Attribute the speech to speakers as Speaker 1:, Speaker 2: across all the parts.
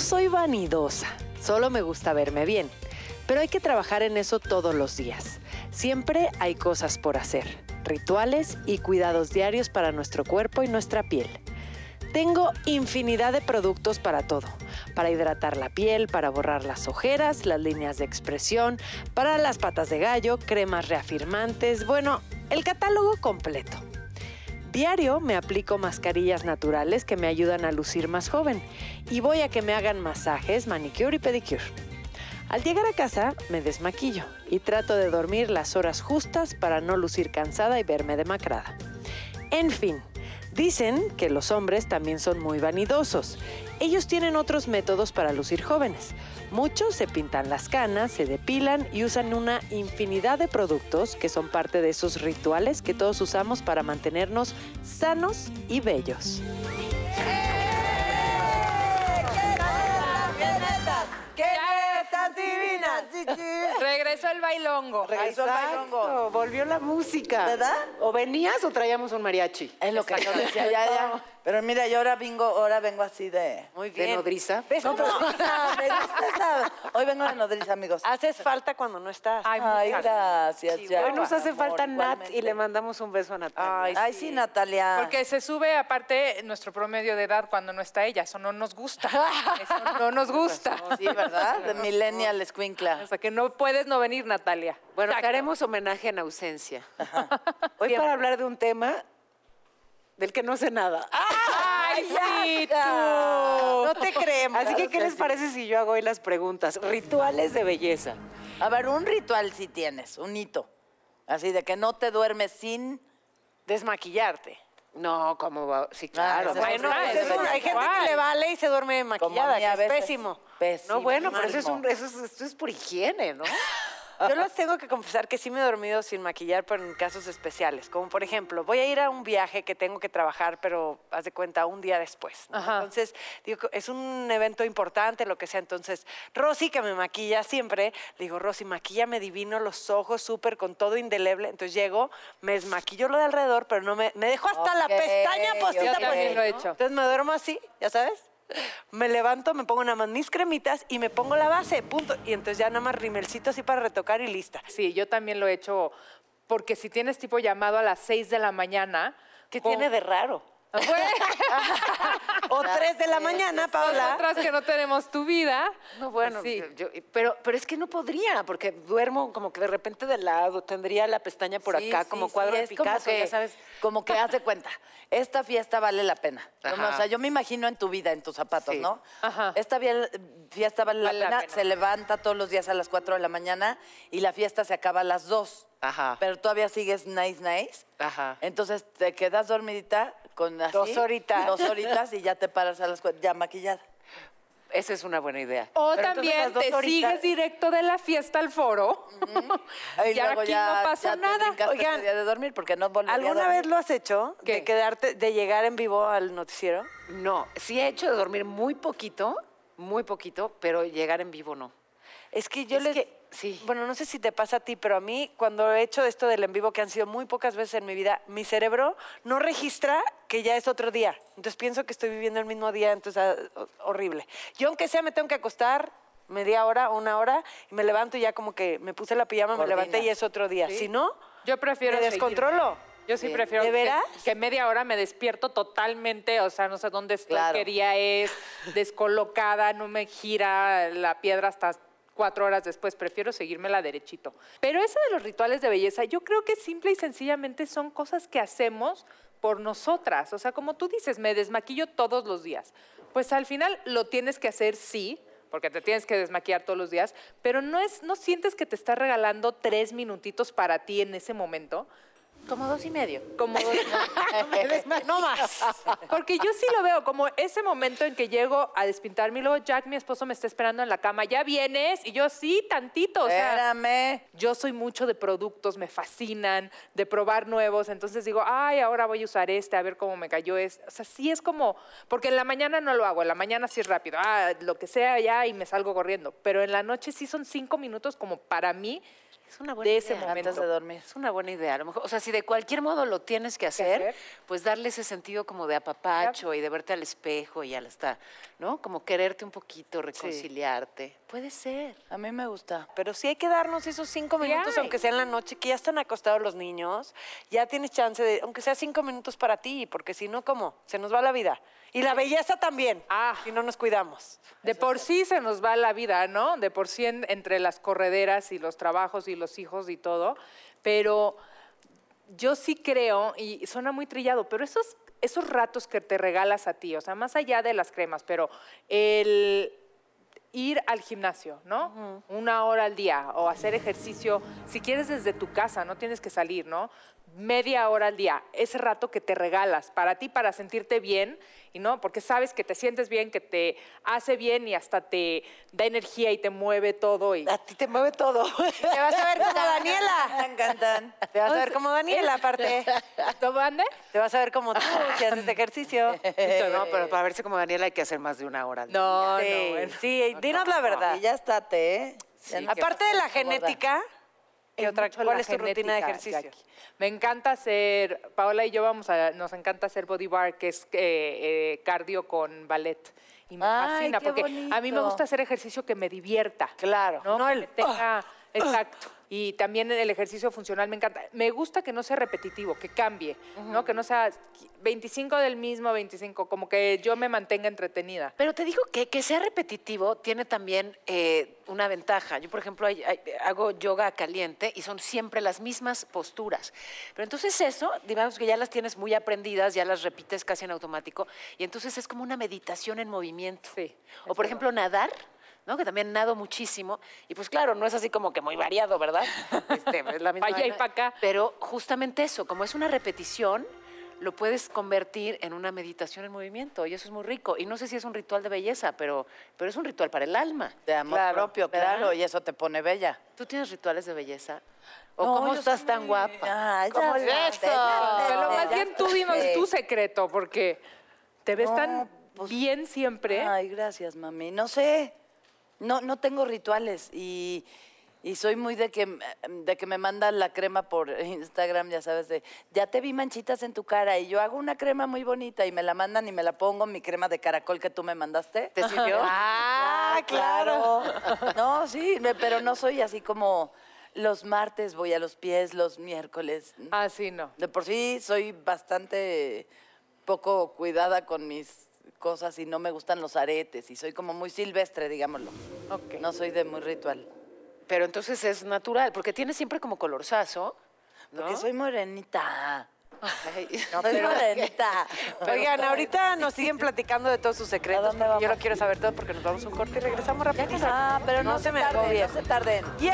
Speaker 1: soy vanidosa, solo me gusta verme bien, pero hay que trabajar en eso todos los días. Siempre hay cosas por hacer, rituales y cuidados diarios para nuestro cuerpo y nuestra piel. Tengo infinidad de productos para todo, para hidratar la piel, para borrar las ojeras, las líneas de expresión, para las patas de gallo, cremas reafirmantes, bueno, el catálogo completo. Diario me aplico mascarillas naturales que me ayudan a lucir más joven y voy a que me hagan masajes, manicure y pedicure. Al llegar a casa me desmaquillo y trato de dormir las horas justas para no lucir cansada y verme demacrada. En fin, Dicen que los hombres también son muy vanidosos. Ellos tienen otros métodos para lucir jóvenes. Muchos se pintan las canas, se depilan y usan una infinidad de productos que son parte de esos rituales que todos usamos para mantenernos sanos y bellos.
Speaker 2: ¡Qué netas divinas! chiqui!
Speaker 3: Regresó el bailongo.
Speaker 2: Regresó el bailongo.
Speaker 4: Exacto, volvió la música.
Speaker 2: ¿Verdad?
Speaker 4: O venías o traíamos un mariachi.
Speaker 2: Es lo que yo decía. Ya, ya. Pero mira, yo ahora vengo, ahora vengo así de...
Speaker 1: Muy
Speaker 4: De
Speaker 1: bien.
Speaker 4: nodriza.
Speaker 2: ¿Ves cómo? Me gusta, me gusta esa- Hoy vengo de nodriza, amigos.
Speaker 1: Haces falta cuando no estás. Ah,
Speaker 3: Ay,
Speaker 2: Ay,
Speaker 3: muchas
Speaker 2: gracias. ya.
Speaker 4: Hoy nos hace
Speaker 2: Amor,
Speaker 4: falta Nat
Speaker 2: igualmente.
Speaker 4: y le mandamos un beso a Natalia.
Speaker 2: Ay, sí, Natalia.
Speaker 3: Porque se sube aparte nuestro promedio de edad cuando no está ella. Eso no nos gusta. Eso no nos gusta.
Speaker 2: Sí, ¿verdad? De millennial escuincla.
Speaker 3: O sea que no puedes no venir, Natalia.
Speaker 5: Bueno,
Speaker 3: Exacto.
Speaker 5: te haremos homenaje en ausencia.
Speaker 4: Hoy para hablar de un tema del que no sé nada.
Speaker 5: Ah,
Speaker 3: Ay, sí, tú.
Speaker 2: No te creemos.
Speaker 4: Así que, ¿qué les parece si yo hago hoy las preguntas? Rituales de belleza.
Speaker 2: A ver, un ritual si tienes, un hito. Así de que no te duermes sin...
Speaker 1: Desmaquillarte.
Speaker 5: No, ¿cómo va?
Speaker 4: Ah,
Speaker 5: Sí, claro.
Speaker 2: ese es
Speaker 5: bueno,
Speaker 2: otro
Speaker 3: pues
Speaker 2: ritual.
Speaker 3: es un- hay gente
Speaker 1: que le vale y se duerme
Speaker 2: Como a mí a veces. Pésimo.
Speaker 4: no, bueno, pero eso es, un,
Speaker 2: malmo.
Speaker 4: eso, es, esto es por higiene, ¿no?
Speaker 1: Yo les tengo que confesar que sí me he dormido sin maquillar, pero en casos especiales. Como por ejemplo, voy a ir a un viaje que tengo que trabajar, pero haz de cuenta un día después. ¿no?
Speaker 3: Ajá.
Speaker 1: Entonces, digo, es un evento importante, lo que sea. Entonces, Rosy, que me maquilla siempre, le digo, Rosy, maquíllame divino, los ojos súper, con todo indeleble. Entonces llego, me desmaquillo lo de alrededor, pero no me, me dejo hasta la
Speaker 2: Ok,
Speaker 1: pestaña
Speaker 2: ok.
Speaker 1: postita
Speaker 3: Yo también lo he hecho.
Speaker 1: entonces me duermo así, ya sabes. Me levanto, me pongo nada más mis cremitas y me pongo la base, punto. Y entonces ya nada más rimelcito así para retocar y lista.
Speaker 3: Sí, yo también lo he hecho porque si tienes tipo llamado a las 6 de la mañana.
Speaker 1: ¿Qué
Speaker 3: con-
Speaker 1: tiene de raro?
Speaker 3: Bueno,
Speaker 1: Ah, O tres de la mañana, Paula.
Speaker 3: Nosotras que no tenemos tu vida. pues
Speaker 4: No, bueno,
Speaker 3: Sí.
Speaker 4: yo- Pues yo- pero, pero es que no podría, porque duermo como que de repente de lado, tendría la pestaña por
Speaker 2: Sí,
Speaker 4: acá,
Speaker 2: sí,
Speaker 4: como
Speaker 2: sí,
Speaker 4: cuadro de
Speaker 2: es como
Speaker 4: Picasso,
Speaker 2: que-
Speaker 4: ya sabes.
Speaker 2: Como que haz de cuenta, esta fiesta vale la pena. Yo me- o
Speaker 5: Ajá.
Speaker 2: sea, yo me imagino en tu vida, en tus zapatos,
Speaker 5: Sí.
Speaker 2: ¿no?
Speaker 3: Ajá.
Speaker 2: Esta vie- fiesta vale,
Speaker 3: Vale
Speaker 2: la,
Speaker 3: la
Speaker 2: pena.
Speaker 3: pena.
Speaker 2: Se levanta todos los días a las 4 de la mañana y la fiesta se acaba a las 2.
Speaker 5: Ajá.
Speaker 2: Pero todavía sigues nice, nice.
Speaker 5: Ajá.
Speaker 2: Entonces te quedas dormidita con así.
Speaker 1: Dos horitas.
Speaker 2: Dos horitas y ya te paras a las 4, ya maquillada.
Speaker 5: Esa es una buena idea.
Speaker 3: O
Speaker 2: Pero entonces
Speaker 3: también
Speaker 2: las dos
Speaker 3: te
Speaker 2: ahorita-
Speaker 3: sigues directo de la fiesta al foro.
Speaker 2: Y
Speaker 3: y
Speaker 2: luego
Speaker 3: aquí
Speaker 2: ya,
Speaker 3: no pasó
Speaker 2: ya te
Speaker 3: nada.
Speaker 2: brincaste
Speaker 1: Oigan,
Speaker 2: ese día de dormir porque no volvería a
Speaker 1: ¿Alguna
Speaker 2: dormir.
Speaker 1: vez lo has hecho? De
Speaker 3: ¿Qué?
Speaker 1: quedarte, de llegar en vivo al noticiero.
Speaker 5: No, sí he hecho de dormir muy poquito, muy poquito, pero llegar en vivo no.
Speaker 1: Es que yo
Speaker 5: Es
Speaker 1: les.
Speaker 5: que- sí.
Speaker 1: Bueno, no sé si te pasa a ti, pero a mí, cuando he hecho esto del en vivo, que han sido muy pocas veces en mi vida, mi cerebro no registra que ya es otro día. Entonces pienso que estoy viviendo el mismo día, entonces ah, ho- horrible. Yo, aunque sea, me tengo que acostar media hora, una hora, y me levanto y ya como que me puse la pijama, me
Speaker 2: Coordinas.
Speaker 1: levanté y es otro día.
Speaker 3: Sí.
Speaker 1: Si no,
Speaker 3: Yo prefiero.
Speaker 1: me
Speaker 3: seguir.
Speaker 1: descontrolo.
Speaker 3: Yo sí prefiero.
Speaker 1: ¿De
Speaker 3: que-
Speaker 1: veras?
Speaker 3: Que, media hora me despierto totalmente, o sea, no sé dónde estoy,
Speaker 2: Claro.
Speaker 3: qué día es, descolocada, no me gira la piedra hasta cuatro horas después. Prefiero seguírmela derechito. Pero eso de los rituales de belleza, yo creo que simple y sencillamente son cosas que hacemos por nosotras. O sea, como tú dices, me desmaquillo todos los días. Pues al final lo tienes que hacer sí, porque te tienes que desmaquillar todos los días, pero no, es, no sientes que te estás regalando tres minutitos para ti en ese momento,
Speaker 5: Como dos y medio.
Speaker 3: como no más. Porque yo sí lo veo como ese momento en que llego a despintarme y luego Jack, mi esposo, me está esperando en la cama. Ya vienes y yo sí, tantito. O sea,
Speaker 2: Espérame.
Speaker 3: yo soy mucho de productos, me fascinan, de probar nuevos. Entonces digo, ay, ahora voy a usar este, a ver cómo me cayó este. O sea, sí es como, porque en la mañana no lo hago, en la mañana sí es rápido, ah, lo que sea ya y me salgo corriendo. Pero en la noche sí son cinco minutos como para mí
Speaker 6: Es una buena
Speaker 3: de ese
Speaker 6: idea.
Speaker 3: momento.
Speaker 2: Antes de dormir.
Speaker 6: Es una buena idea. A lo mejor, o sea, si de cualquier modo lo tienes que hacer,
Speaker 3: hacer?
Speaker 6: pues darle ese sentido como de apapacho y de verte al espejo y al hasta, ¿no? Como quererte un poquito, reconciliarte. Puede ser.
Speaker 2: A mí me gusta.
Speaker 1: Pero sí hay que darnos esos cinco
Speaker 3: Sí
Speaker 1: minutos,
Speaker 3: hay.
Speaker 1: aunque sea en la noche, que ya están acostados los niños, ya tienes chance de, aunque sea cinco minutos para ti, porque si no, ¿cómo? Se nos va la vida. Y la belleza también,
Speaker 3: Ah.
Speaker 1: si no nos cuidamos.
Speaker 3: De por sí se nos va la vida, ¿no? De por sí en- entre las correderas y los trabajos y los hijos y todo. Pero yo sí creo, y suena muy trillado, pero esos, esos ratos que te regalas a ti, o sea, más allá de las cremas, pero el ir al gimnasio, ¿no? Una hora al día o hacer ejercicio, si quieres desde tu casa, no tienes que salir, ¿no? Media hora al día, ese rato que te regalas para ti, para sentirte bien, y no, porque sabes que te sientes bien, que te hace bien y hasta te da energía y te mueve todo. Y...
Speaker 1: A ti te mueve todo. Te vas a ver como Daniela.
Speaker 2: Tan, tan, tan.
Speaker 1: Te vas a
Speaker 3: Pues,
Speaker 1: ver como Daniela, aparte.
Speaker 3: ¿Todo ande?
Speaker 1: Te vas a ver como tú si haces ejercicio.
Speaker 6: no, pero para verse como Daniela hay que hacer más de una hora. al día.
Speaker 3: No, no,
Speaker 1: sí,
Speaker 3: bueno.
Speaker 1: sí, dinos la verdad.
Speaker 2: Y ya estate, ¿eh? Ya no-
Speaker 1: Aparte de la genética, ¿qué
Speaker 3: Es
Speaker 1: otra-
Speaker 3: mucho
Speaker 1: ¿cuál
Speaker 3: la
Speaker 1: es tu rutina de
Speaker 3: genética,
Speaker 1: ejercicio?
Speaker 3: Jackie. Me encanta hacer, Paola y yo vamos a, nos encanta hacer body bar, que es eh, eh, cardio con ballet. Y me
Speaker 2: Ay,
Speaker 3: fascina,
Speaker 2: qué
Speaker 3: porque a mí me
Speaker 2: bonito.
Speaker 3: gusta hacer ejercicio que me divierta.
Speaker 1: Claro,
Speaker 3: No,
Speaker 1: no
Speaker 3: Que
Speaker 1: el, ah.
Speaker 3: me tenga- exacto. Y también el ejercicio funcional me encanta. Me gusta que no sea repetitivo, que cambie, ¿no? Que no sea 25 del mismo 25, como que yo me mantenga entretenida.
Speaker 6: Pero te digo que que sea repetitivo tiene también eh, una ventaja. Yo, por ejemplo, hay- hay- hago yoga caliente y son siempre las mismas posturas. Pero entonces eso, digamos que ya las tienes muy aprendidas, ya las repites casi en automático, y entonces es como una meditación en movimiento.
Speaker 3: Sí,
Speaker 6: O, por ejemplo, nadar. ¿no? que también nado muchísimo, y pues claro, no es así como que muy variado, ¿verdad? Este, es la misma
Speaker 3: Pa' allá y
Speaker 6: vaina.
Speaker 3: pa' acá.
Speaker 6: Pero justamente eso, como es una repetición, lo puedes convertir en una meditación en movimiento y eso es muy rico. Y no sé si es un ritual de belleza, pero, pero es un ritual para el alma.
Speaker 2: De amor propio,
Speaker 6: ¿verdad?
Speaker 2: claro, y eso te pone bella.
Speaker 6: ¿Tú tienes rituales de belleza? ¿O
Speaker 2: No,
Speaker 6: cómo
Speaker 2: yo
Speaker 6: estás
Speaker 2: soy
Speaker 6: tan
Speaker 2: muy-
Speaker 6: guapa?
Speaker 2: Ay, ya
Speaker 6: ¿Cómo
Speaker 2: sé,
Speaker 6: le
Speaker 2: ya
Speaker 6: haces?
Speaker 2: sé, ya sé,
Speaker 3: Pero
Speaker 2: ya
Speaker 3: más bien tú
Speaker 2: sé.
Speaker 3: dinos tu secreto, porque te ves tan
Speaker 1: pues
Speaker 3: bien siempre.
Speaker 2: Ay, gracias, mami. No sé. No, no tengo rituales y, y soy muy de que, de que me mandan la crema por Instagram, ya sabes, de ya te vi manchitas en tu cara y yo hago una crema muy bonita y me la mandan y me la pongo, mi crema de caracol que tú me mandaste.
Speaker 6: ¿Te sirvió?
Speaker 2: Ah, claro. No, sí, me- pero no soy así como los martes voy a los pies, los miércoles.
Speaker 3: Ah, sí, no.
Speaker 2: De por sí soy bastante poco cuidada con mis cosas y no me gustan los aretes y soy como muy silvestre, digámoslo.
Speaker 3: Ok.
Speaker 2: No soy de muy ritual.
Speaker 6: Pero entonces es natural, porque tienes siempre como colorzazo. ¿no?
Speaker 2: Porque soy morenita.
Speaker 6: Ay.
Speaker 2: soy morenita.
Speaker 1: Oigan, ahorita nos siguen platicando de todos sus
Speaker 2: ¿A
Speaker 1: secretos.
Speaker 2: dónde
Speaker 1: porque Yo
Speaker 2: vamos?
Speaker 1: lo quiero saber todo porque nos vamos a un corte y regresamos rápido.
Speaker 2: Ah, pero no, se, me tarden,
Speaker 1: agobien.
Speaker 2: No se tarden.
Speaker 1: ¡Yay!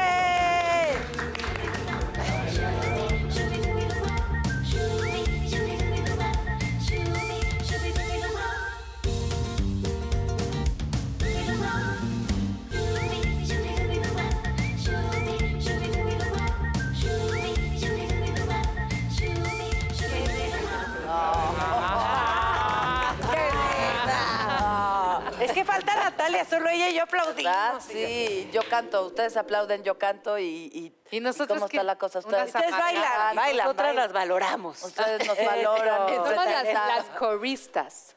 Speaker 1: Ah, Es que falta Natalia, solo ella y yo aplaudimos.
Speaker 2: ¿Verdad? Ah, Sí, yo canto. Ustedes aplauden, yo canto y... ¿Y,
Speaker 3: ¿Y nosotros
Speaker 2: cómo
Speaker 3: qué?
Speaker 2: está la cosa?
Speaker 3: Unas
Speaker 2: Ustedes, Ah,
Speaker 1: Ustedes bailan, bailan. Nosotras las valoramos.
Speaker 2: ustedes nos valoran.
Speaker 3: Somos las,
Speaker 2: ustedes-
Speaker 3: las coristas.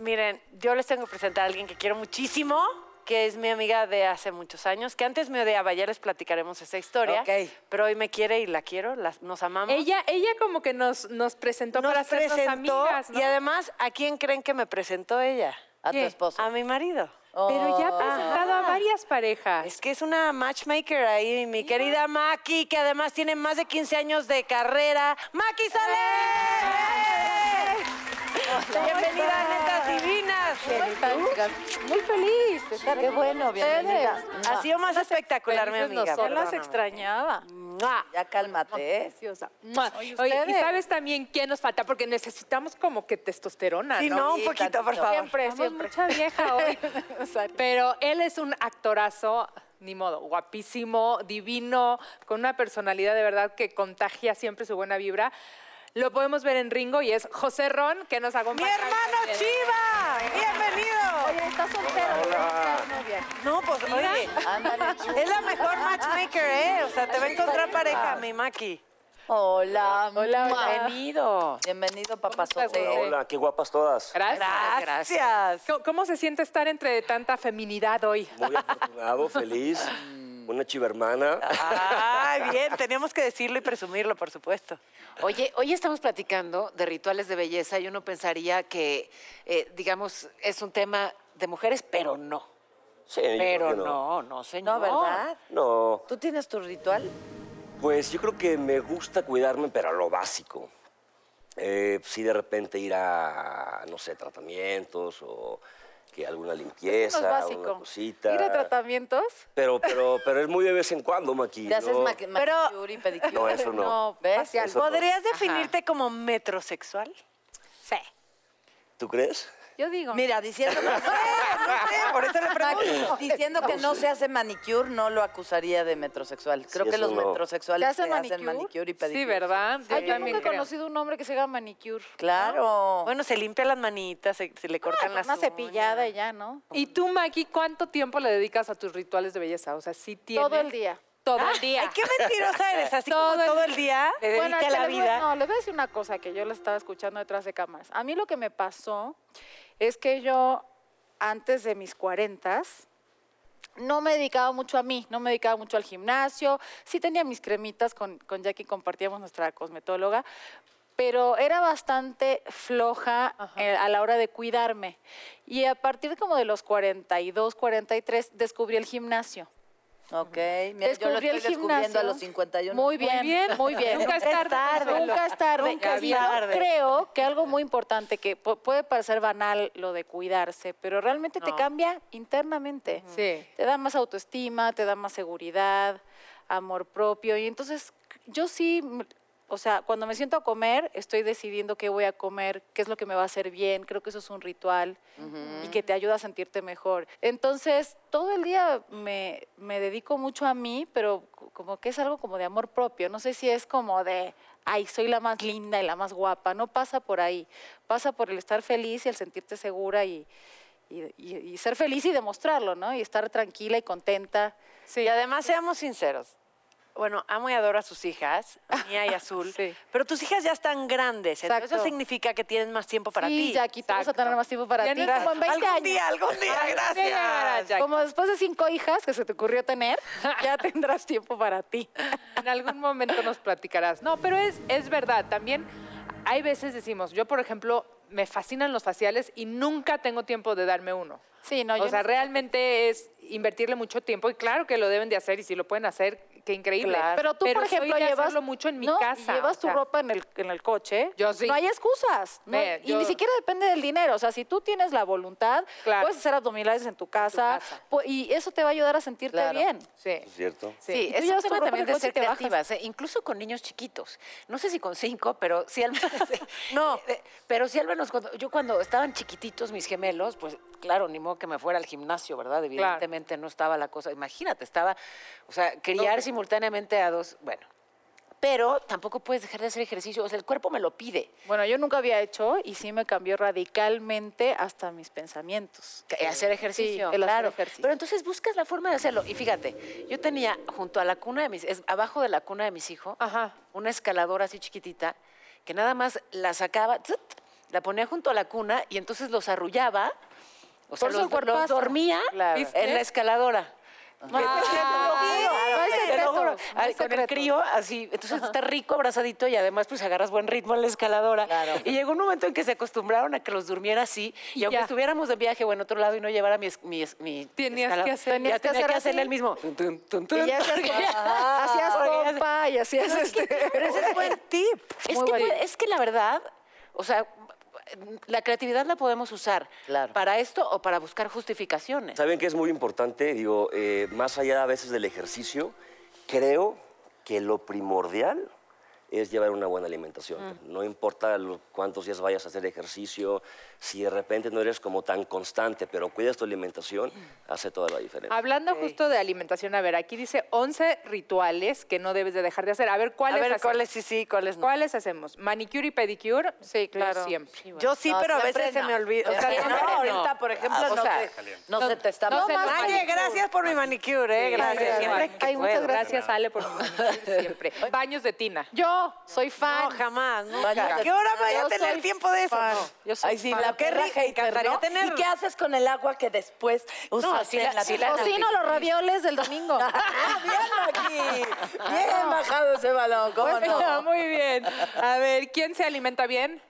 Speaker 1: Miren, yo les tengo que presentar a alguien que quiero muchísimo, que es mi amiga de hace muchos años, que antes me odiaba, ya les platicaremos esa historia.
Speaker 2: Ok.
Speaker 1: Pero hoy me quiere y la quiero, las- nos amamos.
Speaker 3: Ella, ella como que nos, nos presentó
Speaker 1: nos
Speaker 3: para hacernos
Speaker 1: presentó
Speaker 3: amigas, ¿no?
Speaker 1: y además, ¿a quién creen que me presentó ella?
Speaker 2: A tu
Speaker 3: ¿Qué?
Speaker 2: esposo.
Speaker 1: A mi marido.
Speaker 3: Pero ya ha
Speaker 2: Oh.
Speaker 3: presentado a varias parejas.
Speaker 1: Es que es una matchmaker ahí, mi querida Maki, que además tiene más de 15 años de carrera. ¡Maki sale! Bienvenida a Netas Divinas.
Speaker 3: Muy feliz. de estar
Speaker 2: Qué
Speaker 3: aquí.
Speaker 2: bueno, bienvenida.
Speaker 1: Ha sido más espectacular, mi
Speaker 3: felices
Speaker 1: amiga.
Speaker 3: nosotras.
Speaker 1: perdóname. Ah,
Speaker 7: extrañaba.
Speaker 3: ¡Mua!
Speaker 2: Ya cálmate, ¿eh?
Speaker 3: Preciosa. ¡Mua!
Speaker 7: Oye,
Speaker 3: Oye, y
Speaker 7: ustedes.
Speaker 3: sabes también quién nos falta, porque necesitamos como que testosterona,
Speaker 1: Sí,
Speaker 3: ¿no?
Speaker 1: no, un poquito, por favor.
Speaker 7: Siempre,
Speaker 3: Estamos
Speaker 7: siempre.
Speaker 3: mucha vieja hoy. Pero él es un actorazo, ni modo, guapísimo, divino, con una personalidad de verdad que contagia siempre su buena vibra. Lo podemos ver en Ringo y es José Ron que nos
Speaker 1: ¡Mi
Speaker 3: acompaña.
Speaker 1: hermano Chiva! ¡Bienvenido!
Speaker 3: Oye, está soltero. está muy bien.
Speaker 1: No, pues oye,
Speaker 2: Ándale.
Speaker 1: es la mejor matchmaker, ¿eh? O sea, te va a encontrar pareja, mi Maki.
Speaker 2: Hola,
Speaker 3: Hola,
Speaker 2: mua.
Speaker 6: Bienvenido.
Speaker 2: Bienvenido,
Speaker 3: estás,
Speaker 2: papazote.
Speaker 3: José?
Speaker 7: Hola, qué guapas todas.
Speaker 3: Gracias.
Speaker 1: Gracias.
Speaker 3: ¿Cómo- ¿Cómo se siente estar entre tanta feminidad hoy?
Speaker 7: Muy afortunado, feliz. Una chivermana.
Speaker 1: Ay, Ah, bien, teníamos que decirlo y presumirlo, por supuesto.
Speaker 6: Oye, hoy estamos platicando de rituales de belleza y uno pensaría que, eh, digamos, es un tema de mujeres, pero no.
Speaker 7: Sí, yo creo
Speaker 6: Pero
Speaker 7: que
Speaker 6: no, no,
Speaker 2: No,
Speaker 6: señor.
Speaker 2: ¿verdad?
Speaker 7: No,
Speaker 2: ¿Tú tienes tu ritual?
Speaker 7: Pues yo creo que me gusta cuidarme, pero a lo básico. Eh, sí, de repente ir a, no sé, tratamientos o que alguna limpieza,
Speaker 3: Eso no es básico.
Speaker 7: una cosita.
Speaker 3: Ir a tratamientos.
Speaker 7: Pero, pero, pero es muy de vez en cuando, Maqui.
Speaker 2: ¿Te haces
Speaker 7: ¿no?
Speaker 2: maqui-
Speaker 1: Pero-
Speaker 2: manicure y pedicure?
Speaker 7: No, eso no.
Speaker 3: No,
Speaker 2: ¿Ves?
Speaker 3: facial.
Speaker 7: Eso no.
Speaker 1: ¿Podrías definirte como metrosexual?
Speaker 3: Sí.
Speaker 7: ¿Tú crees?
Speaker 3: Yo digo.
Speaker 2: Mira, diciendo que,
Speaker 1: No sé, por eso le pregunto.
Speaker 2: diciendo que no se hace manicure, no lo acusaría de metrosexual. Creo
Speaker 7: Sí,
Speaker 2: que
Speaker 7: eso
Speaker 2: los
Speaker 7: no.
Speaker 2: metrosexuales se hacen manicure y pedicure.
Speaker 3: Sí, ¿verdad? Yo
Speaker 8: Ay, yo
Speaker 3: también
Speaker 8: nunca he
Speaker 3: creo.
Speaker 8: conocido un hombre que se haga manicure.
Speaker 2: Claro.
Speaker 1: Bueno, se limpia las manitas, se, se le cortan las
Speaker 8: Una
Speaker 1: uñas.
Speaker 8: cepillada y ya, ¿no?
Speaker 3: ¿Y tú, Maki, cuánto tiempo le dedicas a tus rituales de belleza? O sea, sí tienes...
Speaker 8: Todo el día.
Speaker 3: Todo el día.
Speaker 1: Ay, qué mentirosa eres, así
Speaker 3: Todo
Speaker 1: como
Speaker 3: el-
Speaker 1: todo el día. Le
Speaker 8: Bueno,
Speaker 1: dedica
Speaker 8: te
Speaker 1: la
Speaker 8: les voy-
Speaker 1: vida.
Speaker 8: no, les voy a decir una cosa que yo la estaba escuchando detrás de cámaras. A mí lo que me pasó es que yo, antes de mis cuarentas, no me dedicaba mucho a mí, no me dedicaba mucho al gimnasio. Sí tenía mis cremitas con, con Jackie, compartíamos nuestra cosmetóloga, pero era bastante floja eh, a la hora de cuidarme. Y a partir como de los 42, 43, descubrí el gimnasio.
Speaker 2: Ok. Mira, yo lo
Speaker 8: Descubrí
Speaker 2: estoy
Speaker 8: el
Speaker 2: descubriendo
Speaker 8: gimnasio.
Speaker 2: a los 51.
Speaker 8: Muy bien, muy bien.
Speaker 3: Nunca es tarde.
Speaker 8: Nunca es tarde.
Speaker 1: Nunca es
Speaker 8: Y yo
Speaker 1: tarde.
Speaker 8: creo que algo muy importante, que pu- puede parecer banal lo de cuidarse, pero realmente te cambia internamente.
Speaker 3: Sí.
Speaker 8: Te da más autoestima, te da más seguridad, amor propio. Y entonces yo sí, m- o sea, cuando me siento a comer, estoy decidiendo qué voy a comer, qué es lo que me va a hacer bien. Creo que eso es un ritual y que te ayuda a sentirte mejor. Entonces, todo el día me, me dedico mucho a mí, pero co- como que es algo como de amor propio. No sé si es como de, ay, soy la más linda y la más guapa. No pasa por ahí. Pasa por el estar feliz y el sentirte segura y, y, y- y ser feliz y demostrarlo, ¿no? Y estar tranquila y contenta.
Speaker 1: Y además, seamos sinceros. Bueno, amo y adoro a sus hijas, a Mía y Azul.
Speaker 3: Sí.
Speaker 1: Pero tus hijas ya están grandes. entonces
Speaker 8: Exacto.
Speaker 1: eso significa que tienen más tiempo para
Speaker 8: sí,
Speaker 1: ti.
Speaker 8: Jackie, te vamos a
Speaker 3: Exacto.
Speaker 8: tener más tiempo para
Speaker 3: Ya
Speaker 8: ti.
Speaker 3: no-
Speaker 8: Como en 20
Speaker 1: algún
Speaker 8: años.
Speaker 1: día, algún día, gracias.
Speaker 3: Jackie.
Speaker 8: Como después de cinco hijas que se te ocurrió tener, ya tendrás tiempo para ti.
Speaker 3: En algún momento nos platicarás. No, pero es, es verdad. También hay veces decimos, yo, por ejemplo, me fascinan los faciales y nunca tengo tiempo de darme uno.
Speaker 8: Sí, no, yo
Speaker 3: o sea,
Speaker 8: no-
Speaker 3: realmente es invertirle mucho tiempo y claro que lo deben de hacer y si lo pueden hacer, qué increíble.
Speaker 8: Claro. Pero tú, por
Speaker 3: soy
Speaker 8: ejemplo,
Speaker 3: de
Speaker 8: llevas
Speaker 3: hacerlo mucho en mi
Speaker 8: ¿no?
Speaker 3: casa.
Speaker 8: Y llevas
Speaker 3: o
Speaker 8: tu
Speaker 3: sea,
Speaker 8: ropa en el, en el coche.
Speaker 3: Yo sí.
Speaker 8: No hay excusas. ¿no?
Speaker 3: Ve,
Speaker 8: y
Speaker 3: yo-
Speaker 8: ni siquiera depende del dinero. O sea, si tú tienes la voluntad,
Speaker 3: Claro.
Speaker 8: puedes hacer abdominales en tu casa.
Speaker 3: casa.
Speaker 8: pu- Y eso te va a ayudar a sentirte
Speaker 2: Claro.
Speaker 8: bien.
Speaker 3: Sí.
Speaker 7: ¿Es cierto?
Speaker 6: Sí,
Speaker 8: Y tú
Speaker 6: es un
Speaker 8: llevas tu
Speaker 6: tema
Speaker 8: ropa
Speaker 6: también
Speaker 8: en el
Speaker 6: de
Speaker 8: coche
Speaker 6: ser
Speaker 8: y te bajas.
Speaker 6: creativas, ¿eh? incluso con niños chiquitos. No sé si con cinco, pero sí al menos.
Speaker 1: No.
Speaker 6: Eh, Pero sí al menos cuando. Yo cuando estaban chiquititos mis gemelos, pues claro, ni modo que me fuera al gimnasio, ¿verdad? Evidentemente no estaba la cosa. Imagínate, estaba. O sea, criar simultáneamente a dos. Bueno. Pero tampoco puedes dejar de hacer ejercicio. O sea, el cuerpo me lo pide.
Speaker 8: Bueno, yo nunca había hecho y sí me cambió radicalmente hasta mis pensamientos.
Speaker 6: Que Hacer ejercicio,
Speaker 8: el hacer
Speaker 6: claro.
Speaker 8: ejercicio.
Speaker 6: Pero entonces buscas la forma de hacerlo. Y fíjate, yo tenía junto a la cuna de mis, es abajo de la cuna de mis hijos,
Speaker 3: Ajá.
Speaker 6: una escaladora así chiquitita, que nada más la sacaba, tzut, la ponía junto a la cuna y entonces los arrullaba, o sea,
Speaker 8: Por eso
Speaker 6: los,
Speaker 8: el cuerpazo.
Speaker 6: los dormía
Speaker 8: Claro. Ah,
Speaker 6: en la escaladora.
Speaker 8: no hay
Speaker 6: Te lo juro.
Speaker 8: secretos, no hay
Speaker 6: Ay, con el
Speaker 8: secretos.
Speaker 6: crío, así. Entonces está rico, abrazadito y además pues agarras buen ritmo en la escaladora. Y llegó un momento en que se acostumbraron a que los durmiera así y, aunque
Speaker 3: ya.
Speaker 6: estuviéramos de viaje o en otro lado y no llevara mi, es- mi, es- mi
Speaker 3: Tenías
Speaker 6: escalado-
Speaker 3: que hacer-
Speaker 6: ya
Speaker 8: Tenías que
Speaker 6: tenía que
Speaker 8: hacer
Speaker 6: hacerle
Speaker 8: así.
Speaker 6: el mismo. Tun, tun, tun, tun.
Speaker 8: Y ya hacías, hacías
Speaker 6: Porque ya se-
Speaker 8: pompa y hacías este.
Speaker 1: Pero ese es buen tip.
Speaker 6: Es
Speaker 8: Muy
Speaker 6: que,
Speaker 8: válido.
Speaker 6: es que la verdad, o sea, la creatividad la podemos usar
Speaker 2: Claro.
Speaker 6: para esto o para buscar justificaciones.
Speaker 7: ¿Saben que es muy importante? Digo, eh, más allá a veces del ejercicio, creo que lo primordial es llevar una buena alimentación. No importa lo- cuántos días vayas a hacer ejercicio, si de repente no eres como tan constante, pero cuidas tu alimentación, hace toda la diferencia.
Speaker 3: Hablando justo de alimentación, a ver, aquí dice 11 rituales que no debes de dejar de hacer. A ver,
Speaker 1: A
Speaker 3: ¿cuáles
Speaker 1: ver,
Speaker 3: hace-
Speaker 1: ¿cuáles sí, sí, cuáles no?
Speaker 3: ¿Cuáles hacemos? ¿Manicure y pedicure? Sí,
Speaker 8: claro.
Speaker 3: siempre.
Speaker 1: Yo sí,
Speaker 2: No,
Speaker 1: pero a
Speaker 2: siempre
Speaker 1: veces se
Speaker 2: no.
Speaker 1: me olvida. O sea,
Speaker 2: Siempre
Speaker 1: no,
Speaker 2: no.
Speaker 1: ahorita, por ejemplo,
Speaker 2: Ah, o
Speaker 1: no
Speaker 2: sea,
Speaker 1: te-
Speaker 2: no, se te está
Speaker 3: no
Speaker 2: mal.
Speaker 3: más
Speaker 1: Oye, gracias por mi manicure, eh, gracias. Siempre que
Speaker 8: Ay, muchas
Speaker 1: puedo.
Speaker 3: Gracias, Ale, por mi manicure siempre. Baños de tina.
Speaker 8: Yo soy fan.
Speaker 1: No, jamás,
Speaker 2: Baño
Speaker 1: nunca.
Speaker 2: de-
Speaker 1: ¿Qué hora voy a
Speaker 8: Yo
Speaker 1: tener
Speaker 8: soy
Speaker 1: tiempo de eso?
Speaker 8: fan.
Speaker 1: No.
Speaker 8: Yo soy
Speaker 2: Ay, sí,
Speaker 8: fan.
Speaker 2: la
Speaker 1: qué
Speaker 2: perra
Speaker 1: rico,
Speaker 2: hater,
Speaker 1: encantaría
Speaker 2: ¿no?
Speaker 1: tener-
Speaker 2: ¿Y qué haces con el agua que después usaste
Speaker 6: sí la-
Speaker 2: en la
Speaker 6: sí
Speaker 2: vida?
Speaker 8: Cocino los ravioles del domingo.
Speaker 2: ¡Ah, bien aquí! Bien bajado ese balón, ¿cómo
Speaker 3: Pues,
Speaker 2: no?
Speaker 3: Muy bien. A ver, ¿quién se alimenta bien?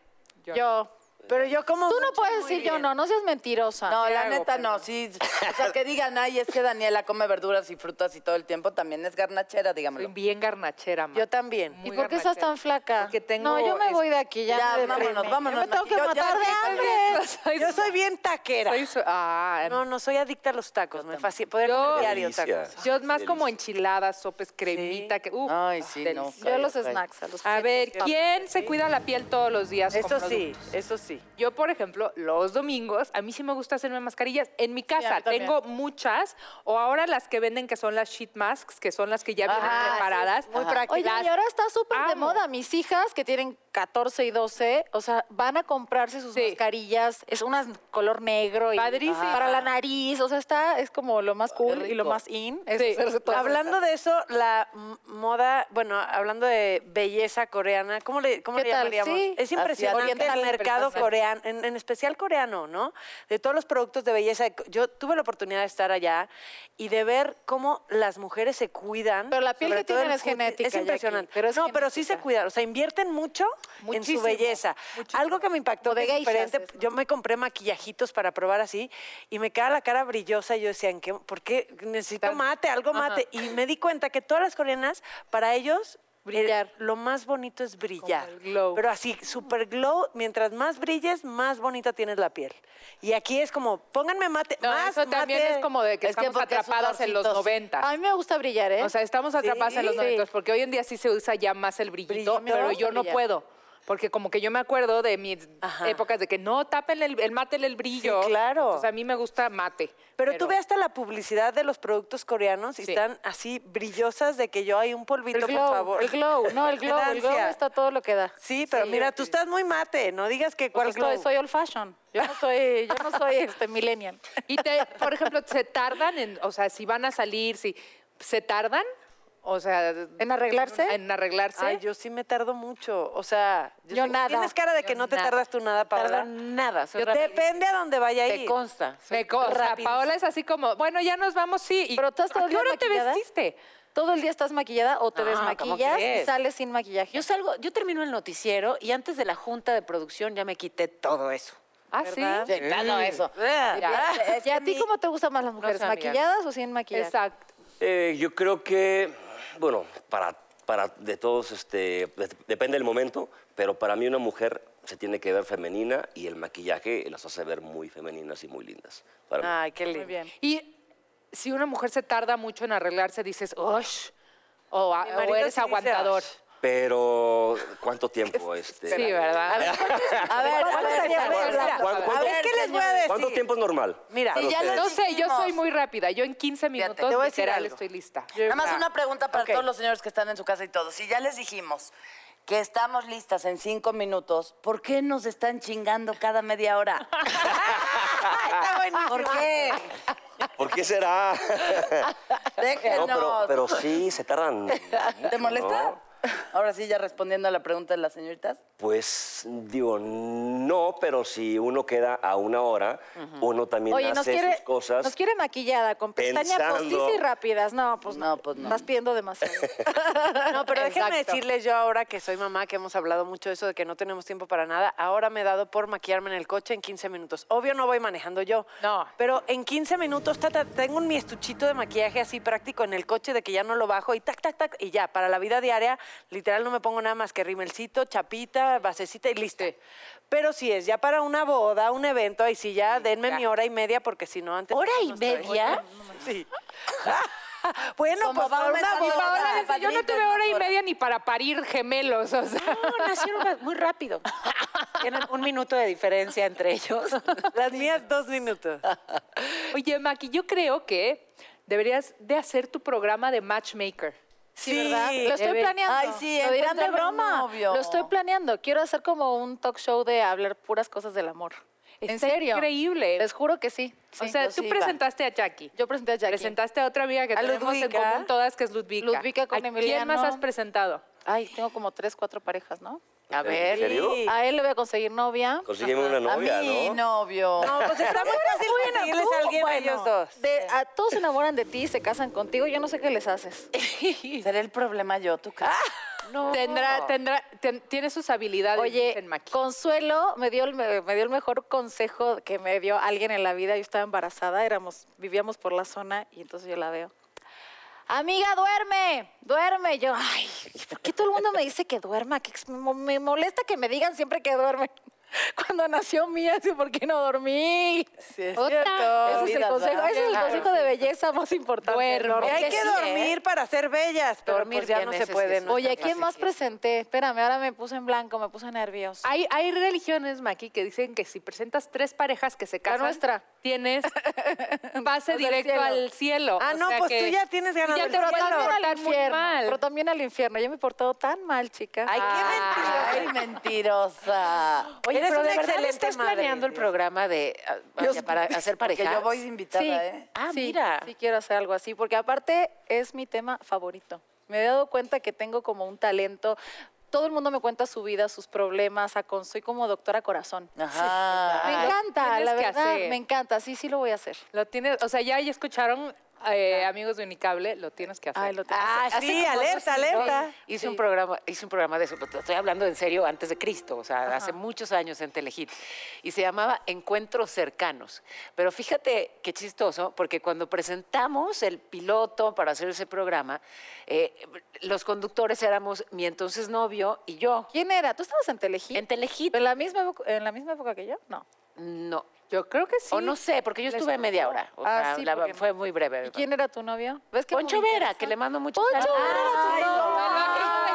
Speaker 8: Yo.
Speaker 1: Pero yo como...
Speaker 8: Tú no
Speaker 1: mucho,
Speaker 8: puedes
Speaker 1: muy
Speaker 8: decir yo
Speaker 1: bien.
Speaker 8: no, no seas mentirosa.
Speaker 2: No, la
Speaker 3: hago,
Speaker 2: neta
Speaker 3: pero-
Speaker 2: no, sí. O sea, que digan, ay, es que Daniela come verduras y frutas y todo el tiempo, también es garnachera,
Speaker 3: Soy
Speaker 2: dígamelo.
Speaker 3: bien garnachera, ma.
Speaker 1: Yo también.
Speaker 8: ¿Y
Speaker 3: muy
Speaker 8: por qué estás
Speaker 3: garnachera.
Speaker 8: tan flaca?
Speaker 3: Porque tengo
Speaker 8: No, yo me
Speaker 3: es-
Speaker 8: voy de aquí, ya.
Speaker 2: Ya,
Speaker 8: me deprimí.
Speaker 2: vámonos, vámonos,
Speaker 8: Yo me tengo que
Speaker 2: Maki, yo-
Speaker 8: matar
Speaker 2: yo
Speaker 8: de
Speaker 2: aquí
Speaker 8: hambre.
Speaker 2: también.
Speaker 3: Soy-
Speaker 1: Yo soy bien taquera.
Speaker 3: soy su- ah,
Speaker 1: No, no, soy adicta a los tacos. Me fascina. Poder
Speaker 3: Yo-
Speaker 1: comer diario
Speaker 7: Delicia.
Speaker 1: tacos.
Speaker 3: Yo más como
Speaker 7: Delicioso.
Speaker 3: enchiladas, sopes, cremita. Que, uf,
Speaker 2: Ay, sí, no.
Speaker 3: delicioso.
Speaker 8: Yo los
Speaker 2: Cállate.
Speaker 8: snacks, a los
Speaker 3: A ver, ¿quién se cuida la piel todos los días? con
Speaker 1: Eso sí,
Speaker 3: productos?
Speaker 1: eso sí.
Speaker 3: Yo, por ejemplo, los domingos, a mí sí me gusta hacerme mascarillas. En mi casa tengo muchas, o ahora las que venden que son las sheet masks, que son las que ya vienen
Speaker 8: Ajá,
Speaker 3: preparadas.
Speaker 8: Muy prácticas. Oye,
Speaker 3: Las
Speaker 8: y ahora está súper de
Speaker 3: amo.
Speaker 8: moda. Mis hijas, que tienen 14 y 12, o sea, van a comprarse sus
Speaker 3: Sí.
Speaker 8: mascarillas. Es unas color negro y
Speaker 3: Padrísimo.
Speaker 8: para la nariz. O sea, está, es como lo más cool y lo
Speaker 2: rico.
Speaker 8: más in. es
Speaker 3: Sí.
Speaker 8: hacerse todas
Speaker 1: Hablando de eso, la m- moda, bueno, hablando de belleza coreana, ¿cómo le, cómo
Speaker 8: ¿Qué
Speaker 1: le
Speaker 8: tal?
Speaker 1: llamaríamos?
Speaker 8: Sí.
Speaker 1: Es impresionante
Speaker 8: Asiática.
Speaker 1: el mercado coreano, en, en especial coreano, ¿no? De todos los productos de belleza. Yo tuve la oportunidad de estar allá y de ver cómo las mujeres se cuidan.
Speaker 8: Pero la piel
Speaker 1: sobre
Speaker 8: que
Speaker 1: todo
Speaker 8: tienen
Speaker 1: el
Speaker 8: es
Speaker 1: cutis.
Speaker 8: genética,
Speaker 1: Es
Speaker 8: Jackie,
Speaker 1: impresionante.
Speaker 8: pero es
Speaker 1: no, pero sí se
Speaker 8: genética.
Speaker 1: cuidan. O sea, invierten mucho en
Speaker 3: Muchísimo,
Speaker 1: su belleza. Algo que me impactó
Speaker 8: Como de
Speaker 1: que es
Speaker 8: geishas
Speaker 1: diferente.
Speaker 8: es, ¿no?
Speaker 1: Yo me compré maquillajitos para probar así y me quedaba la cara brillosa. Y yo decía, ¿en qué- ¿por qué necesito
Speaker 3: Tan-
Speaker 1: mate? Algo mate. Y me di cuenta que todas las coreanas, para ellos, el-
Speaker 3: Brillar.
Speaker 1: lo más bonito es brillar.
Speaker 3: el glow.
Speaker 1: Pero así, super glow, mientras más brilles, más bonita tienes la piel. Y aquí es como, pónganme mate.
Speaker 3: No,
Speaker 1: más
Speaker 3: eso también
Speaker 1: mate.
Speaker 3: es como de que
Speaker 2: Es que
Speaker 3: estamos
Speaker 2: porque es un
Speaker 3: atrapadas en los
Speaker 2: torcito, sí.
Speaker 3: 90.
Speaker 8: A mí me gusta brillar, ¿eh?
Speaker 3: O sea, estamos atrapadas en los
Speaker 8: Sí.
Speaker 3: 90, porque hoy en día sí se usa ya más el brillito,
Speaker 8: Brillo, me
Speaker 3: pero
Speaker 8: gusta
Speaker 3: yo no
Speaker 8: brillar.
Speaker 3: puedo. Porque como que yo me acuerdo de mis épocas de que no, tapen el, el mate el brillo.
Speaker 1: claro.
Speaker 3: Entonces a mí me gusta mate.
Speaker 1: Pero, tú ve hasta la publicidad de los productos coreanos y
Speaker 3: Sí.
Speaker 1: están así brillosas de que yo hay un polvito,
Speaker 8: el glow,
Speaker 1: por favor.
Speaker 8: el glow, no, el glow, el glow
Speaker 1: Ansia.
Speaker 8: está todo lo que da.
Speaker 1: Sí, pero mira, tú estás muy mate, no digas que
Speaker 8: Pues
Speaker 1: cuál
Speaker 8: estoy-
Speaker 1: glow.
Speaker 8: soy old fashion. Yo no soy, yo no soy este millennial.
Speaker 3: Y te- por ejemplo, se tardan en, o sea, si van a salir, si se tardan, o sea,
Speaker 8: ¿En arreglarse?
Speaker 3: En arreglarse.
Speaker 1: Ay, yo sí me tardo mucho, o sea,
Speaker 8: Yo
Speaker 1: sí-
Speaker 8: nada.
Speaker 1: Tienes cara de que no te
Speaker 6: nada.
Speaker 1: tardas tú nada para
Speaker 6: Tardo nada. soy rapidísima.
Speaker 1: Depende a dónde vaya
Speaker 6: Te
Speaker 1: ahí.
Speaker 6: consta.
Speaker 3: Me co- o sea, Paola es así como, bueno, ya nos vamos, sí. y-
Speaker 8: Pero tú has todo
Speaker 3: ¿A
Speaker 8: el
Speaker 3: qué
Speaker 8: día
Speaker 3: hora te
Speaker 8: maquillada?
Speaker 3: vestiste?
Speaker 8: Todo el día estás maquillada o te
Speaker 6: No, ¿cómo
Speaker 8: desmaquillas y
Speaker 6: crees?
Speaker 8: sales sin maquillaje.
Speaker 6: Yo salgo, yo termino el noticiero y antes de la junta de producción ya me quité todo eso. Eh,
Speaker 3: Ah,
Speaker 1: ¿Verdad?
Speaker 3: sí.
Speaker 2: Sí, claro, eso.
Speaker 3: Ya.
Speaker 2: Es que
Speaker 8: ¿Y a ti
Speaker 2: mi-
Speaker 8: cómo te gustan más las mujeres?
Speaker 6: sé, amiga.
Speaker 8: ¿Maquilladas o sin maquillaje?
Speaker 3: Exacto.
Speaker 7: Eh, yo creo que, bueno, para, para de todos, este, de- depende del momento, pero para mí una mujer se tiene que ver femenina y el maquillaje las hace ver muy femeninas y muy lindas. Para mí.
Speaker 1: Ay, qué lindo.
Speaker 8: bien.
Speaker 3: Y si una mujer se tarda mucho en arreglarse, dices, ¡osh! O, a-
Speaker 1: Mi
Speaker 3: o
Speaker 1: marido
Speaker 3: eres
Speaker 1: sí dice,
Speaker 3: aguantador.
Speaker 1: "Ush".
Speaker 7: Pero, ¿cuánto tiempo? Este,
Speaker 3: Sí, ¿verdad?
Speaker 2: A ver, a ver,
Speaker 1: estaría
Speaker 2: a ver,
Speaker 1: buena?
Speaker 2: mira,
Speaker 7: ¿Cuánto-
Speaker 2: a
Speaker 7: cuánto-
Speaker 2: ver,
Speaker 1: ¿Qué les voy
Speaker 2: señores.
Speaker 1: a decir?
Speaker 7: ¿Cuánto tiempo es normal?
Speaker 1: Mira,
Speaker 7: para
Speaker 2: y ya
Speaker 7: ustedes?
Speaker 2: les-
Speaker 3: No sé, yo
Speaker 2: dijimos.
Speaker 3: soy muy rápida. Yo en 15 minutos
Speaker 2: te
Speaker 1: voy a decir
Speaker 3: literal
Speaker 1: algo.
Speaker 3: estoy lista.
Speaker 2: Nada más una pregunta para
Speaker 1: Ok.
Speaker 2: todos los señores que están en su casa y todos. Si ya les dijimos que estamos listas en cinco minutos, ¿por qué nos están chingando cada media hora?
Speaker 1: Está buenísimo.
Speaker 2: ¿Por qué?
Speaker 7: ¿Por qué será? No,
Speaker 2: Déjenos.
Speaker 7: pero, pero sí, se tardan.
Speaker 2: ¿Te
Speaker 7: mucho,
Speaker 2: molesta?
Speaker 7: ¿no?
Speaker 2: Ahora sí, ya respondiendo a la pregunta de las señoritas.
Speaker 7: Pues digo, no, pero si uno queda a una hora, uno también
Speaker 8: Oye, nos
Speaker 7: hace
Speaker 8: quiere,
Speaker 7: sus cosas.
Speaker 8: nos quiere maquillada, con pestaña
Speaker 7: pensando.
Speaker 8: postiza y rápidas. No, pues
Speaker 2: No,
Speaker 8: no.
Speaker 2: pues no.
Speaker 8: Estás pidiendo demasiado.
Speaker 1: No, pero déjenme
Speaker 3: Exacto.
Speaker 1: decirles yo ahora que soy mamá, que hemos hablado mucho de eso de que no tenemos tiempo para nada, ahora me he dado por maquillarme en el coche en 15 minutos. Obvio no voy manejando yo.
Speaker 3: No.
Speaker 1: Pero en 15 minutos ta, ta, tengo mi estuchito de maquillaje así práctico en el coche de que ya no lo bajo y tac, tac, tac, y ya. Para la vida diaria, literal no me pongo nada más que rimelcito, chapita, basecita y listo. Pero si es ya para una boda, un evento, ahí sí ya denme mi hora y media porque si no antes...
Speaker 6: ¿Hora y
Speaker 1: no estoy.
Speaker 6: media?
Speaker 1: Sí. bueno,
Speaker 2: Como
Speaker 1: pues
Speaker 2: va
Speaker 1: para una
Speaker 2: aumentando
Speaker 3: Y
Speaker 2: la
Speaker 1: boda.
Speaker 3: Paola dice, yo no
Speaker 2: padrito,
Speaker 3: tuve hora y
Speaker 2: hora".
Speaker 3: media ni para parir gemelos, o sea.
Speaker 6: No, nacieron muy rápido. Tienen un minuto de diferencia entre ellos.
Speaker 1: Las mías dos minutos.
Speaker 3: Oye, Maki, yo creo que deberías de hacer tu programa de matchmaker.
Speaker 8: Sí, ¿verdad?
Speaker 1: Sí,
Speaker 8: Lo estoy
Speaker 3: Eve.
Speaker 8: planeando.
Speaker 2: Ay, sí,
Speaker 8: Lo dirán de
Speaker 2: encuéntrame un
Speaker 8: broma.
Speaker 2: novio.
Speaker 8: Lo estoy planeando. Quiero hacer como un talk show de hablar puras cosas del amor. En
Speaker 3: Está
Speaker 8: serio.
Speaker 3: Increíble.
Speaker 8: Les juro que sí.
Speaker 3: o sea, tú presentaste a Jackie.
Speaker 8: Yo presenté a Jackie.
Speaker 3: pues Presentaste a otra amiga que
Speaker 1: A
Speaker 3: tenemos en
Speaker 1: Ludwika.
Speaker 3: común todas, que es Ludvika.
Speaker 8: Ludwika con
Speaker 3: ¿A ¿Quién
Speaker 8: Emiliano.
Speaker 3: más has presentado?
Speaker 8: Ay, tengo como tres, cuatro parejas, ¿no?
Speaker 6: A
Speaker 7: ¿En
Speaker 6: ver.
Speaker 7: serio?
Speaker 1: Sí.
Speaker 8: A él le voy a conseguir novia.
Speaker 7: Consígueme una
Speaker 2: A
Speaker 7: novia,
Speaker 2: mi
Speaker 7: ¿no?
Speaker 2: novio.
Speaker 1: No, pues está muy fácil
Speaker 8: Bueno,
Speaker 1: conseguirles
Speaker 8: tú,
Speaker 1: a alguien de
Speaker 8: bueno,
Speaker 1: ellos dos.
Speaker 8: de- a todos se enamoran de ti, se casan contigo. Yo no sé qué les haces. Ah,
Speaker 2: ¿Será el problema yo, tú crees?
Speaker 6: No.
Speaker 3: Tendrá, tendrá, ten- tiene sus habilidades
Speaker 8: Oye,
Speaker 3: en Maki.
Speaker 8: Consuelo me dio, el, me, me dio el mejor consejo que me dio alguien en la vida. Yo estaba embarazada, éramos, vivíamos por la zona y entonces yo la veo. Amiga, duerme, duerme. Yo, ay, ¿por qué todo el mundo me dice que duerma? Que ex- mo- me molesta que me digan siempre que duerme. Cuando nació Mía, así, ¿por qué no dormí?
Speaker 2: Sí, es
Speaker 8: Otra.
Speaker 2: cierto.
Speaker 8: Ese es el
Speaker 2: Olvidas,
Speaker 8: consejo,
Speaker 2: ¿verdad?
Speaker 8: ese es el
Speaker 2: Claro.
Speaker 8: consejo de belleza más importante.
Speaker 3: Duerme.
Speaker 1: Y
Speaker 8: dormir.
Speaker 1: hay
Speaker 6: Porque
Speaker 1: que
Speaker 6: sí, ¿eh?
Speaker 1: dormir para ser bellas, pero
Speaker 6: Dormir
Speaker 1: pues ya
Speaker 6: bien,
Speaker 1: no
Speaker 6: ese
Speaker 1: se
Speaker 6: sí
Speaker 1: puede.
Speaker 6: es
Speaker 1: ¿no?
Speaker 6: un-
Speaker 8: Oye, ¿a quién
Speaker 6: Así
Speaker 8: más
Speaker 6: que-
Speaker 8: presenté? Espérame, ahora me puse en blanco, me puse nerviosa.
Speaker 3: Hay, hay religiones, Maki, que dicen que si presentas tres parejas que se casan,
Speaker 8: nuestra.
Speaker 3: tienes pase
Speaker 8: Al
Speaker 3: directo
Speaker 8: cielo.
Speaker 3: al cielo.
Speaker 1: Ah,
Speaker 3: o
Speaker 1: no,
Speaker 3: sea
Speaker 1: pues
Speaker 3: que
Speaker 1: tú ya tienes ganas
Speaker 3: ya
Speaker 1: del
Speaker 3: te
Speaker 8: Pero
Speaker 1: cielo.
Speaker 3: vas a
Speaker 8: también al
Speaker 3: portar muy
Speaker 8: infierno.
Speaker 3: mal.
Speaker 8: Pero también al infierno. Yo me he portado tan mal, chicas.
Speaker 1: Ay, qué mentirosa.
Speaker 2: Ay, mentirosa.
Speaker 6: Oye,
Speaker 1: Eres
Speaker 6: pero
Speaker 1: una
Speaker 6: de verdad
Speaker 1: excelente
Speaker 6: estás
Speaker 1: madre.
Speaker 6: planeando el programa de ah, vaya, para hacer
Speaker 2: Que
Speaker 6: pareja.
Speaker 2: yo voy de invitada,
Speaker 8: sí.
Speaker 2: ¿eh?
Speaker 6: Ah,
Speaker 8: sí,
Speaker 6: mira.
Speaker 8: Sí, quiero hacer algo así, porque aparte es mi tema favorito. Me he dado cuenta que tengo como un talento. Todo el mundo me cuenta su vida, sus problemas. a con- soy como doctora corazón.
Speaker 1: Ah.
Speaker 2: Ajá.
Speaker 8: me
Speaker 3: lo
Speaker 8: encanta,
Speaker 3: tienes
Speaker 8: la
Speaker 3: que
Speaker 8: verdad.
Speaker 3: hacer.
Speaker 8: Me encanta. Sí, sí lo voy a hacer.
Speaker 3: Lo tienes, o sea, ya, ya escucharon, eh, amigos de Unicable, lo tienes que hacer.
Speaker 8: Ay, lo tengo.
Speaker 1: Ah,
Speaker 8: Hace- hace
Speaker 1: sí,
Speaker 8: como dos
Speaker 1: alerta,
Speaker 8: siglos.
Speaker 1: alerta.
Speaker 6: Hice, un programa, hice un programa de eso, pero te estoy hablando en serio antes de Cristo, o sea, hace muchos años en Telehit. Y se llamaba Encuentros Cercanos. Pero fíjate qué chistoso, porque cuando presentamos el piloto para hacer ese programa, eh, los conductores éramos mi entonces novio y yo.
Speaker 8: ¿Quién era? ¿Tú estabas en Telehit?
Speaker 6: En Telehit,
Speaker 8: ¿En la misma, evo- ¿En la misma época que yo? No.
Speaker 6: no.
Speaker 3: Yo creo que sí.
Speaker 6: O no sé, porque yo
Speaker 3: Les
Speaker 6: estuve media hora. O
Speaker 8: Ah,
Speaker 6: sea,
Speaker 8: sí,
Speaker 6: la-
Speaker 8: porque-
Speaker 6: fue muy breve.
Speaker 8: ¿Y quién era tu novio? ¿Ves que
Speaker 6: Poncho
Speaker 8: no me
Speaker 6: Vera,
Speaker 8: interesa?
Speaker 6: que le mando Ah, mucho
Speaker 8: Poncho Vera era tu
Speaker 2: Ay,
Speaker 3: Me
Speaker 8: novio.
Speaker 3: lo acabo de encontrar,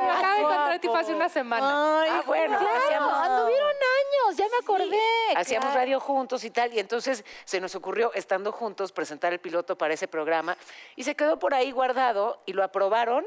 Speaker 3: me lo acabo de encontrar a ti fue hace una semana.
Speaker 6: pues, Ah, bueno,
Speaker 8: Claro,
Speaker 6: hacíamos,
Speaker 8: anduvieron años, ya me acordé.
Speaker 6: hacíamos
Speaker 8: claro.
Speaker 6: radio juntos y tal, y entonces se nos ocurrió, estando juntos, presentar el piloto para ese programa, y se quedó por ahí guardado y lo aprobaron.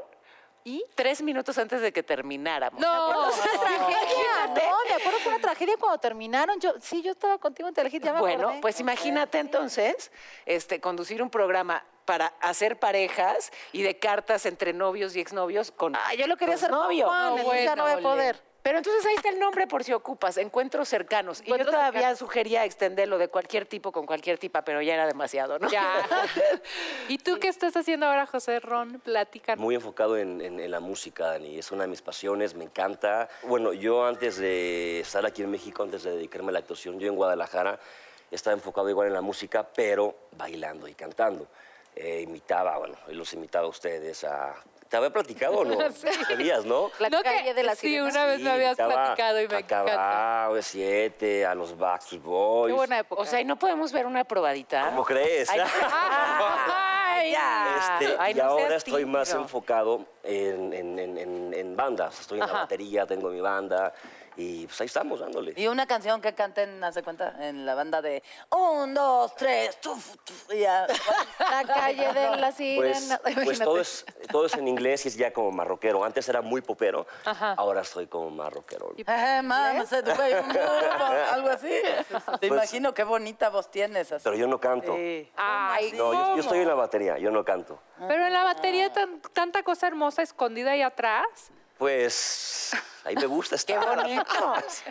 Speaker 6: ¿Y? Tres minutos antes de que termináramos.
Speaker 3: No,
Speaker 8: Tragedia, no, me acuerdo fue una tragedia cuando terminaron. Yo, sí, yo estaba contigo en Telehit, ya me
Speaker 6: bueno,
Speaker 8: acordé.
Speaker 6: pues imagínate entonces este, conducir un programa para hacer parejas y de cartas entre novios y exnovios con. Ah, yo lo quería
Speaker 8: hacer con
Speaker 6: novio.
Speaker 8: Juan, entonces ya no voy a
Speaker 6: bueno,
Speaker 8: poder.
Speaker 6: Pero entonces ahí está el nombre por si ocupas, encuentros cercanos. Y yo
Speaker 8: Encuentros
Speaker 6: todavía
Speaker 8: cercanos.
Speaker 6: sugería extenderlo de cualquier tipo con cualquier tipa, pero ya era demasiado, ¿no?
Speaker 3: ya. ¿Y tú qué estás haciendo ahora, José Ron? Platícanos.
Speaker 7: Muy enfocado en, en- en la música, Dani. Es una de mis pasiones, me encanta. Bueno, yo antes de estar aquí en México, antes de dedicarme a la actuación, yo en Guadalajara estaba enfocado igual en la música, pero bailando y cantando. Eh, imitaba, bueno, y los imitaba a ustedes a... ¿Te había platicado o no? Sabías, ¿no?
Speaker 8: La
Speaker 3: No, que-
Speaker 8: calle de las
Speaker 3: sí,
Speaker 8: sirenas.
Speaker 3: una vez
Speaker 7: Sí,
Speaker 3: me habías
Speaker 7: imitaba
Speaker 3: platicado y me
Speaker 7: a
Speaker 3: encanta.
Speaker 7: Cabá, 7 a los Backstreet Boys.
Speaker 8: Qué buena época.
Speaker 6: O sea, ¿y no podemos ver una probadita?
Speaker 7: ¿Cómo crees?
Speaker 6: Ay,
Speaker 3: ah. Ay,
Speaker 7: Este,
Speaker 6: Ah, Ay,
Speaker 7: y
Speaker 6: no
Speaker 7: ahora
Speaker 6: seas
Speaker 7: estoy más
Speaker 6: tímido.
Speaker 7: enfocado en, en- en- en- en bandas. Estoy en la batería, tengo mi banda y pues ahí estamos dándole.
Speaker 2: Y una canción que canten, hace cuenta, en la banda de un, dos, tres, tuf, tuf, y ya.
Speaker 8: la calle de
Speaker 7: Pues,
Speaker 8: las sirenas.
Speaker 7: pues
Speaker 8: Imagínate.
Speaker 7: todo, es, todo es en inglés y es ya como marroquero. Antes era muy popero, ahora estoy como marroquero.
Speaker 2: Eh, mamá, se te cae un grupo, algo así.
Speaker 7: Pues
Speaker 2: Te imagino qué bonita voz tienes. así.
Speaker 7: Pero yo no canto.
Speaker 3: Ay,
Speaker 7: No, yo- yo, estoy en la batería, yo no canto.
Speaker 3: Pero en la batería tan- tanta cosa hermosa escondida ahí atrás.
Speaker 7: Pues ahí me gusta
Speaker 6: Qué
Speaker 7: estar.
Speaker 6: bonito.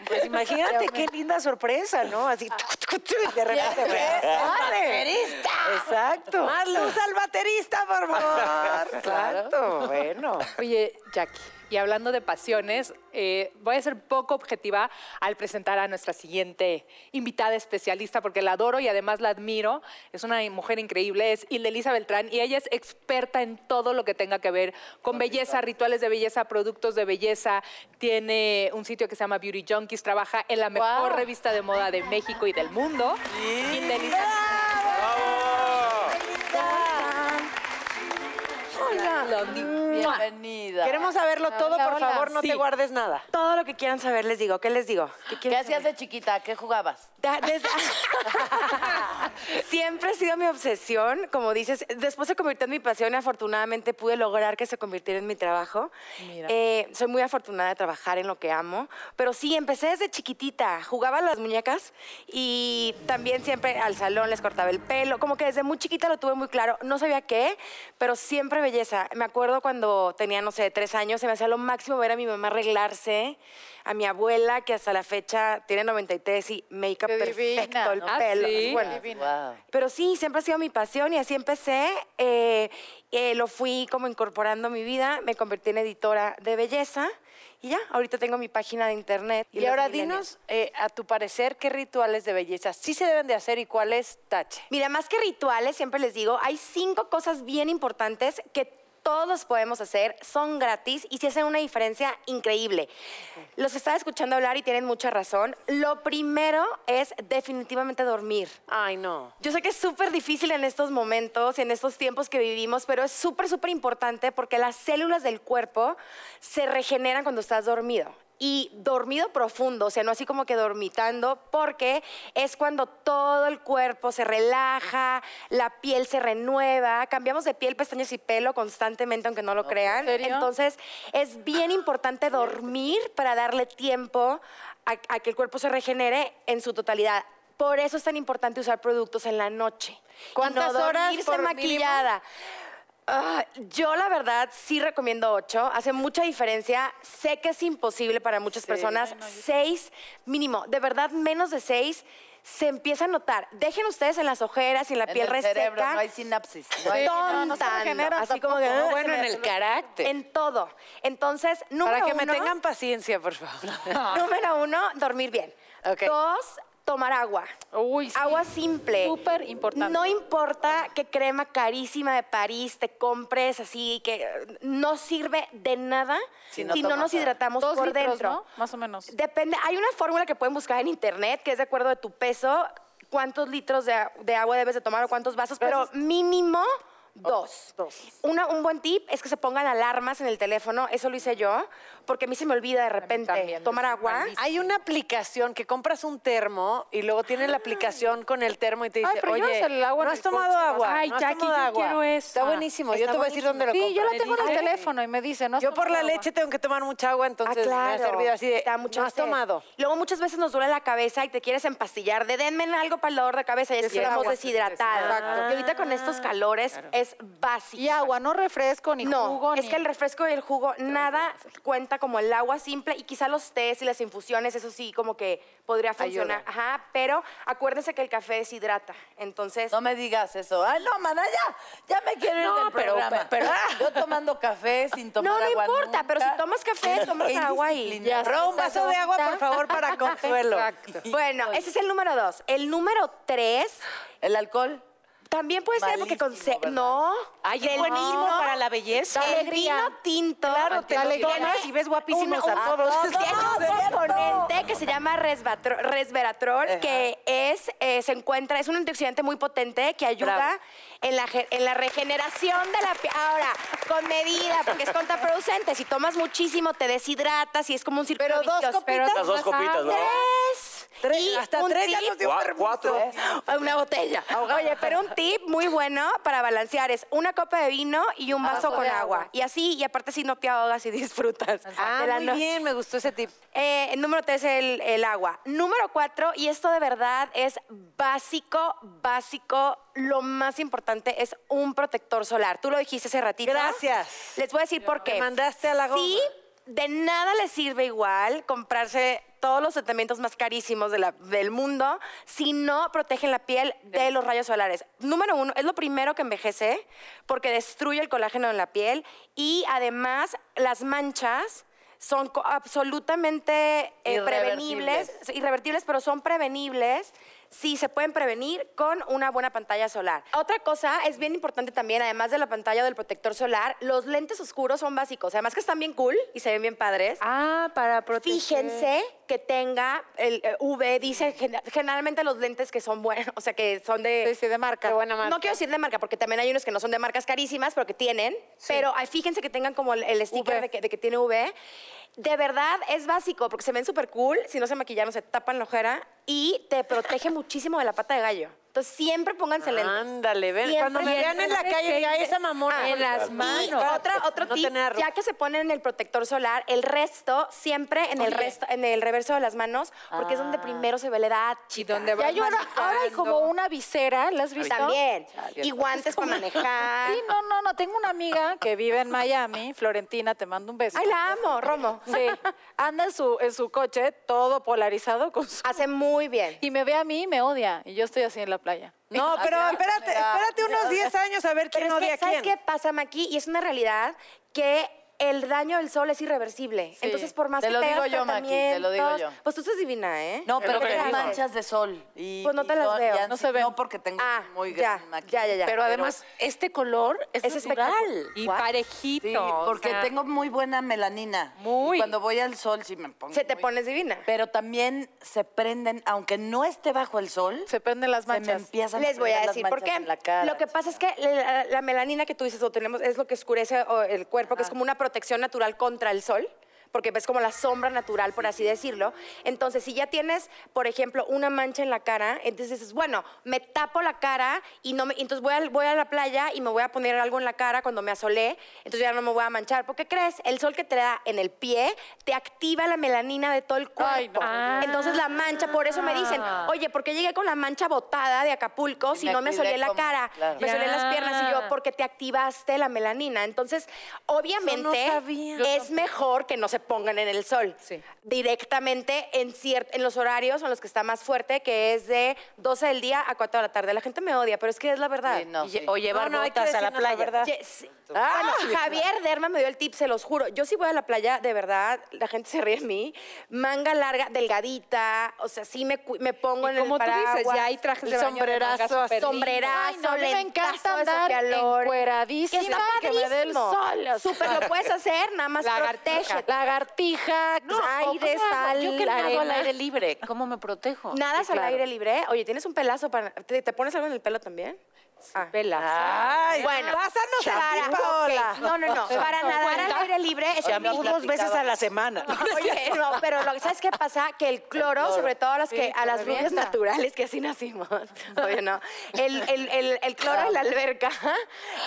Speaker 6: Pues imagínate qué linda sorpresa, ¿no? Así tuc, tuc, tuc, y de repente, güey. ¡Baterista! Exacto.
Speaker 1: Más luz al baterista, por favor.
Speaker 6: Exacto, bueno.
Speaker 3: Oye, Jackie, y hablando de pasiones, eh, voy a ser poco objetiva al presentar a nuestra siguiente invitada especialista, porque la adoro y además la admiro. Es una mujer increíble, es Elisa Beltrán, y ella es experta en todo lo que tenga que ver con belleza, rituales de belleza, productos de belleza. Tiene un sitio que se llama Beauty Junkies, trabaja en la mejor
Speaker 8: Guau.
Speaker 3: revista de moda de México y del mundo. Hilda Elisa-
Speaker 2: Bienvenida.
Speaker 1: Queremos saberlo
Speaker 8: Hola,
Speaker 1: todo, por
Speaker 8: hola.
Speaker 1: favor, no te
Speaker 9: Sí.
Speaker 1: guardes nada.
Speaker 9: Todo lo que quieran saber les digo. ¿Qué les digo? ¿Qué
Speaker 2: ¿Qué
Speaker 9: quieren
Speaker 2: hacías de chiquita? ¿Qué jugabas?
Speaker 9: Da- desde- Siempre ha sido mi obsesión, como dices, después se convirtió en mi pasión y afortunadamente pude lograr que se convirtiera en mi trabajo. Eh, soy muy afortunada de trabajar en lo que amo, pero sí, empecé desde chiquitita, jugaba a las muñecas y también siempre al salón les cortaba el pelo, como que desde muy chiquita lo tuve muy claro, no sabía qué, pero siempre belleza. Me acuerdo cuando tenía, no sé, tres años, se me hacía lo máximo ver a mi mamá arreglarse, a mi abuela, que hasta la fecha tiene 93 y make-up
Speaker 8: Qué
Speaker 9: perfecto,
Speaker 8: divina,
Speaker 9: el
Speaker 8: ¿no? Ah,
Speaker 9: pelo.
Speaker 8: sí.
Speaker 9: Bueno,
Speaker 2: Wow.
Speaker 9: pero sí, siempre ha sido mi pasión y así empecé. eh, eh, lo fui como incorporando a mi vida, me convertí en editora de belleza y ya, ahorita tengo mi página de internet.
Speaker 1: Y,
Speaker 9: los
Speaker 1: ahora
Speaker 9: millennials.
Speaker 1: dinos, eh, a tu parecer, qué rituales de belleza sí se deben de hacer y cuáles tache.
Speaker 9: Mira, más que rituales, siempre les digo, hay cinco cosas bien importantes que todos podemos hacer, son gratis y se hacen una diferencia increíble. Los estaba escuchando hablar y tienen mucha razón. Lo primero es definitivamente dormir.
Speaker 1: Ay, no.
Speaker 9: Yo sé que es súper difícil en estos momentos, en estos tiempos que vivimos, pero es súper, súper importante porque las células del cuerpo se regeneran cuando estás dormido. Y dormido profundo, o sea, no así como que dormitando, porque es cuando todo el cuerpo se relaja, la piel se renueva, cambiamos de piel, pestañas y pelo constantemente, aunque no lo crean. Entonces, es bien importante dormir para darle tiempo a- a que el cuerpo se regenere en su totalidad. Por eso es tan importante usar productos en la noche. Y
Speaker 1: ¿Cuántas
Speaker 9: no
Speaker 1: horas
Speaker 9: dormirse
Speaker 1: por mínimo?
Speaker 9: maquillada. Ah, yo la verdad sí recomiendo ocho, hace mucha diferencia, sé que es imposible para muchas personas, seis mínimo, de verdad menos de seis se empieza a notar. Dejen ustedes en las ojeras y en la
Speaker 2: En
Speaker 9: piel
Speaker 2: el
Speaker 9: reseca.
Speaker 2: cerebro, no hay sinapsis. no hay-
Speaker 9: tonta, así como que, ah,
Speaker 6: bueno,
Speaker 9: se
Speaker 6: en
Speaker 9: me-
Speaker 6: el carácter.
Speaker 9: En todo. Entonces, número
Speaker 1: Para que me
Speaker 9: uno-
Speaker 1: tengan paciencia, por favor.
Speaker 9: Número uno, dormir bien.
Speaker 1: Ok.
Speaker 9: Dos, tomar agua.
Speaker 8: Uy, sí.
Speaker 9: Agua simple.
Speaker 8: Súper importante.
Speaker 9: No importa qué crema carísima de París te compres, así que eh, no sirve de nada si no,
Speaker 2: no tomas
Speaker 9: nos
Speaker 2: agua.
Speaker 9: hidratamos
Speaker 8: Dos
Speaker 9: por
Speaker 8: litros,
Speaker 9: dentro.
Speaker 8: ¿no? Más o menos.
Speaker 9: Depende, hay una fórmula que pueden buscar en internet que es de acuerdo de tu peso, cuántos litros de, a- de agua debes de tomar o cuántos vasos, pero mínimo
Speaker 8: Oh,
Speaker 9: dos. Una- un buen tip es que se pongan alarmas en el teléfono, eso lo hice yo, porque a mí se me olvida de repente
Speaker 3: también,
Speaker 9: tomar
Speaker 3: yo soy
Speaker 9: agua.
Speaker 3: malísima.
Speaker 1: Hay una aplicación que compras un termo y luego tiene la aplicación con el termo y te dice,
Speaker 3: Ay, pero
Speaker 1: oye,
Speaker 3: llevas el agua en
Speaker 1: no has
Speaker 3: el
Speaker 1: tomado
Speaker 3: coche,
Speaker 1: agua,
Speaker 3: vas- Ay,
Speaker 1: no has
Speaker 3: Jackie,
Speaker 1: tomado
Speaker 3: yo
Speaker 1: agua".
Speaker 3: quiero
Speaker 1: Está
Speaker 3: esa.
Speaker 1: buenísimo, yo
Speaker 3: Está
Speaker 1: te voy a decir dónde lo
Speaker 8: Sí, yo la
Speaker 1: compras.
Speaker 8: tengo en el teléfono y me dice, no has
Speaker 1: Yo por la
Speaker 8: tomado agua.
Speaker 1: leche tengo que tomar mucha agua, entonces me ha
Speaker 9: Ah, claro.
Speaker 1: servido así de,
Speaker 9: Da mucha
Speaker 1: no has
Speaker 9: sed.
Speaker 1: tomado.
Speaker 9: Luego muchas veces nos duele la cabeza y te quieres empastillar de denme algo para el dolor de cabeza y es que
Speaker 1: el
Speaker 9: estamos
Speaker 1: agua.
Speaker 9: deshidratados.
Speaker 1: Exacto.
Speaker 9: Y ahorita con estos calores es básico.
Speaker 8: Y agua, no refresco, ni
Speaker 9: no,
Speaker 8: jugo,
Speaker 9: es
Speaker 8: ni-
Speaker 9: que el refresco y el jugo nada cuenta como el agua simple y quizá los tés y las infusiones, eso sí, como que podría funcionar. Ajá, pero acuérdense que el café deshidrata, entonces...
Speaker 2: No me digas eso. Ay, no, mana, ya, ya me quiero ir del programa. Yo tomando café sin tomar
Speaker 9: No, no
Speaker 2: agua
Speaker 9: importa, pero si
Speaker 2: nunca.
Speaker 9: tomas café, tomas
Speaker 2: Qué
Speaker 9: agua y-
Speaker 2: indisciplina.
Speaker 8: Ya sé.
Speaker 1: Roba un vaso de agua, por favor, para consuelo.
Speaker 9: Bueno, ese es el número dos. El número tres
Speaker 2: El alcohol.
Speaker 9: también puede ser porque con...
Speaker 2: Malísimo,
Speaker 9: se-
Speaker 2: ¿verdad?
Speaker 9: No.
Speaker 6: Ay, es
Speaker 9: el
Speaker 6: buenísimo
Speaker 9: vino-
Speaker 6: para la belleza.
Speaker 9: El vino tinto. Claro,
Speaker 6: te lo tomas y ves guapísimos a
Speaker 9: todos. Tiene un componente que se llama resvatro- resveratrol, que es, eh, se encuentra, es un antioxidante muy potente que ayuda en la, ge- en la regeneración de la piel. Ahora, con medida, porque es contraproducente. Si tomas muchísimo, te deshidratas y es como un círculo
Speaker 1: Pero dos
Speaker 9: vicioso.
Speaker 1: copitas,
Speaker 7: Las dos copitas, ¿no?
Speaker 9: Tres.
Speaker 1: Tres,
Speaker 9: Y
Speaker 1: hasta
Speaker 9: un
Speaker 1: tres ya
Speaker 9: tip-
Speaker 1: nos dio
Speaker 7: Cua-
Speaker 1: permiso.
Speaker 7: cuatro.
Speaker 9: a Una botella. Oye, pero un tip muy bueno para balancear es una copa de vino y un vaso con agua. Y así, y aparte si no te ahogas y disfrutas.
Speaker 1: Ah,
Speaker 9: de la
Speaker 1: muy
Speaker 9: noche.
Speaker 1: bien, me gustó ese tip.
Speaker 9: Eh, el número tres, el, el agua. Número cuatro, y esto de verdad es básico, básico. Lo más importante es un protector solar. Tú lo dijiste hace ratito.
Speaker 1: Gracias.
Speaker 9: Les voy a decir por qué.
Speaker 1: Me mandaste a la goma.
Speaker 9: Sí, de nada les sirve igual comprarse todos los tratamientos más carísimos de la- del mundo si no protegen la piel de los rayos solares. Número uno, es lo primero que envejece porque destruye el colágeno en la piel y además las manchas son co- absolutamente eh, prevenibles,
Speaker 2: Irreversibles.
Speaker 9: irrevertibles, pero son prevenibles sí se pueden prevenir con una buena pantalla solar. Otra cosa es bien importante también, además de la pantalla o del protector solar, los lentes oscuros son básicos. Además que están bien cool y se ven bien padres.
Speaker 3: Ah, para proteger.
Speaker 9: Fíjense que tenga el eh, UV, dice gen- generalmente los lentes que son buenos, o sea, que son de...
Speaker 8: Sí, sí, de marca. De buena marca.
Speaker 9: No quiero decir de marca, porque también hay unos que no son de marcas carísimas, pero que tienen. Pero ay, fíjense que tengan como el, el sticker
Speaker 3: UV.
Speaker 9: de que, de que tiene UV. De verdad, es básico, porque se ven súper cool. Si no se maquillaron, se tapan la ojera. Y te protege muchísimo de la pata de gallo. Entonces, siempre pónganse lentes.
Speaker 1: Ándale, ven.
Speaker 9: Siempre.
Speaker 1: Cuando me vean en la calle, ya esa mamona.
Speaker 3: En las
Speaker 9: Y
Speaker 3: manos.
Speaker 9: otra, otro
Speaker 1: No
Speaker 9: tip,
Speaker 1: tener arrugas.
Speaker 9: ya que se ponen el protector solar, el resto siempre en el resto, en el reverso de las manos, porque es donde primero se ve la edad, chicas.
Speaker 3: donde
Speaker 8: Ya
Speaker 3: vas
Speaker 8: yo ahora, ahora hay como
Speaker 3: manejando.
Speaker 8: una visera, ¿la has visto?
Speaker 9: También. Y guantes para manejar.
Speaker 8: Sí, no, no, no. Tengo una amiga que vive en Miami, Florentina, te mando un beso.
Speaker 9: Ay, la amo, Romo.
Speaker 8: Sí, anda en su, en su coche todo polarizado con su...
Speaker 9: Hace muy bien.
Speaker 8: Y me ve a mí y me odia. Y yo estoy así en la playa.
Speaker 1: No, pero espérate, espérate unos 10 años a ver quién
Speaker 9: Pero es que,
Speaker 1: odia a
Speaker 9: ¿Sabes
Speaker 1: quién.
Speaker 9: qué pasa, Maki? Y es una realidad que el daño del sol es irreversible. Entonces, por más
Speaker 2: Te
Speaker 9: que
Speaker 2: lo
Speaker 9: te
Speaker 2: digo
Speaker 9: hagas
Speaker 2: yo, Maki, te lo digo yo.
Speaker 9: tratamientos- Pues tú estás divina, ¿eh?
Speaker 2: No, pero
Speaker 9: ¿Qué te
Speaker 2: tengo
Speaker 9: haces?
Speaker 2: manchas de sol. Y,
Speaker 9: Pues no
Speaker 2: y
Speaker 9: te las
Speaker 2: son-
Speaker 9: veo,
Speaker 2: y han-
Speaker 9: no
Speaker 8: se ven.
Speaker 2: No, porque tengo
Speaker 9: Ah,
Speaker 2: muy
Speaker 9: ya,
Speaker 2: gran maquillaje.
Speaker 9: ya, ya, ya.
Speaker 6: Pero además, este color es,
Speaker 9: Es
Speaker 6: natural.
Speaker 9: espectacular.
Speaker 3: Y
Speaker 9: What?
Speaker 3: parejito.
Speaker 2: Sí,
Speaker 3: o
Speaker 2: porque
Speaker 3: sea,
Speaker 2: tengo muy buena melanina.
Speaker 3: Muy.
Speaker 2: Y cuando voy al sol sí me pongo.
Speaker 9: Se te
Speaker 2: muy-
Speaker 9: pones divina.
Speaker 2: Pero también se prenden, aunque no esté bajo el sol,
Speaker 8: Se prenden las
Speaker 2: se me
Speaker 8: manchas.
Speaker 2: empiezan
Speaker 9: Les voy a
Speaker 2: prender las
Speaker 9: decir por
Speaker 2: manchas
Speaker 9: qué.
Speaker 2: en la cara.
Speaker 9: lo que pasa es que la, la melanina que tú dices, o tenemos, es lo que oscurece o, el cuerpo, que es como una protección natural contra el sol. Porque ves como la sombra natural, por así decirlo. Entonces, si ya tienes, por ejemplo, una mancha en la cara, entonces dices, bueno, me tapo la cara y no me, entonces voy a, voy a la playa y me voy a poner algo en la cara cuando me asolé, entonces ya no me voy a manchar. ¿Por qué crees? El sol que te da en el pie te activa la melanina de todo el cuerpo.
Speaker 8: Ay, no.
Speaker 9: Entonces la mancha, por eso me dicen,
Speaker 2: Ah.
Speaker 9: oye, ¿por qué llegué con la mancha botada de Acapulco si
Speaker 2: me
Speaker 9: no me
Speaker 2: cuidé
Speaker 9: solé la
Speaker 2: como-
Speaker 9: cara?
Speaker 2: claro.
Speaker 9: Me solé las
Speaker 3: Ya.
Speaker 9: piernas y yo, porque te activaste la melanina. Entonces, obviamente, es mejor que no se pongan en el sol.
Speaker 3: Sí.
Speaker 9: Directamente en, cier- en los horarios en los que está más fuerte, que es de 12 del día a 4 de la tarde. La gente me odia, pero es que es la verdad.
Speaker 2: Sí, no,
Speaker 6: Y-
Speaker 2: sí.
Speaker 6: O llevar
Speaker 1: No, no, hay que
Speaker 6: botas a la
Speaker 1: decirnos la
Speaker 6: playa.
Speaker 1: verdad.
Speaker 9: Ye- sí.
Speaker 8: ah,
Speaker 9: Bueno, ah, Javier Derma me dio el tip, se los juro. Yo sí voy a la playa, de verdad, la gente se ríe de mí. Manga larga, delgadita, o sea, sí me, cu- me pongo en
Speaker 3: y como
Speaker 9: el
Speaker 3: tú
Speaker 9: paraguas.
Speaker 3: dices, ya hay trajes de baño de manga
Speaker 1: sombrerazo,
Speaker 3: súper
Speaker 9: sombrerazo,
Speaker 8: Ay, no, a mí me encanta
Speaker 9: lentazo,
Speaker 8: andar
Speaker 9: eso que calor.
Speaker 8: encueradísima,
Speaker 9: Que está
Speaker 8: que me dé el
Speaker 9: padrísimo.
Speaker 8: sol. o sea,
Speaker 9: Súper lo puedes hacer, nada más
Speaker 8: Lagartija.
Speaker 9: protege.
Speaker 8: Lagartija, aire,
Speaker 6: ¿Cómo hago?
Speaker 8: sal,
Speaker 6: Yo que nado al
Speaker 8: arena.
Speaker 6: aire libre, ¿cómo me protejo?
Speaker 9: Nada
Speaker 6: Sí,
Speaker 9: al
Speaker 6: claro.
Speaker 9: aire libre. Oye, ¿tienes un pelazo para...? ¿Te, te pones algo en el pelo también? Ah.
Speaker 1: Ay,
Speaker 9: Bueno,
Speaker 1: pásanos a
Speaker 9: Para-
Speaker 1: ti, Paola.
Speaker 9: ok, No, no, no. Para nadar al aire libre es
Speaker 1: Shampoo
Speaker 9: horrible.
Speaker 1: dos veces a la semana.
Speaker 9: Oye, no, pero lo, ¿sabes qué pasa? Que el cloro, sobre todo a las, que, a las rubias naturales que así nacimos, oye, no, el, el- el- el cloro en la alberca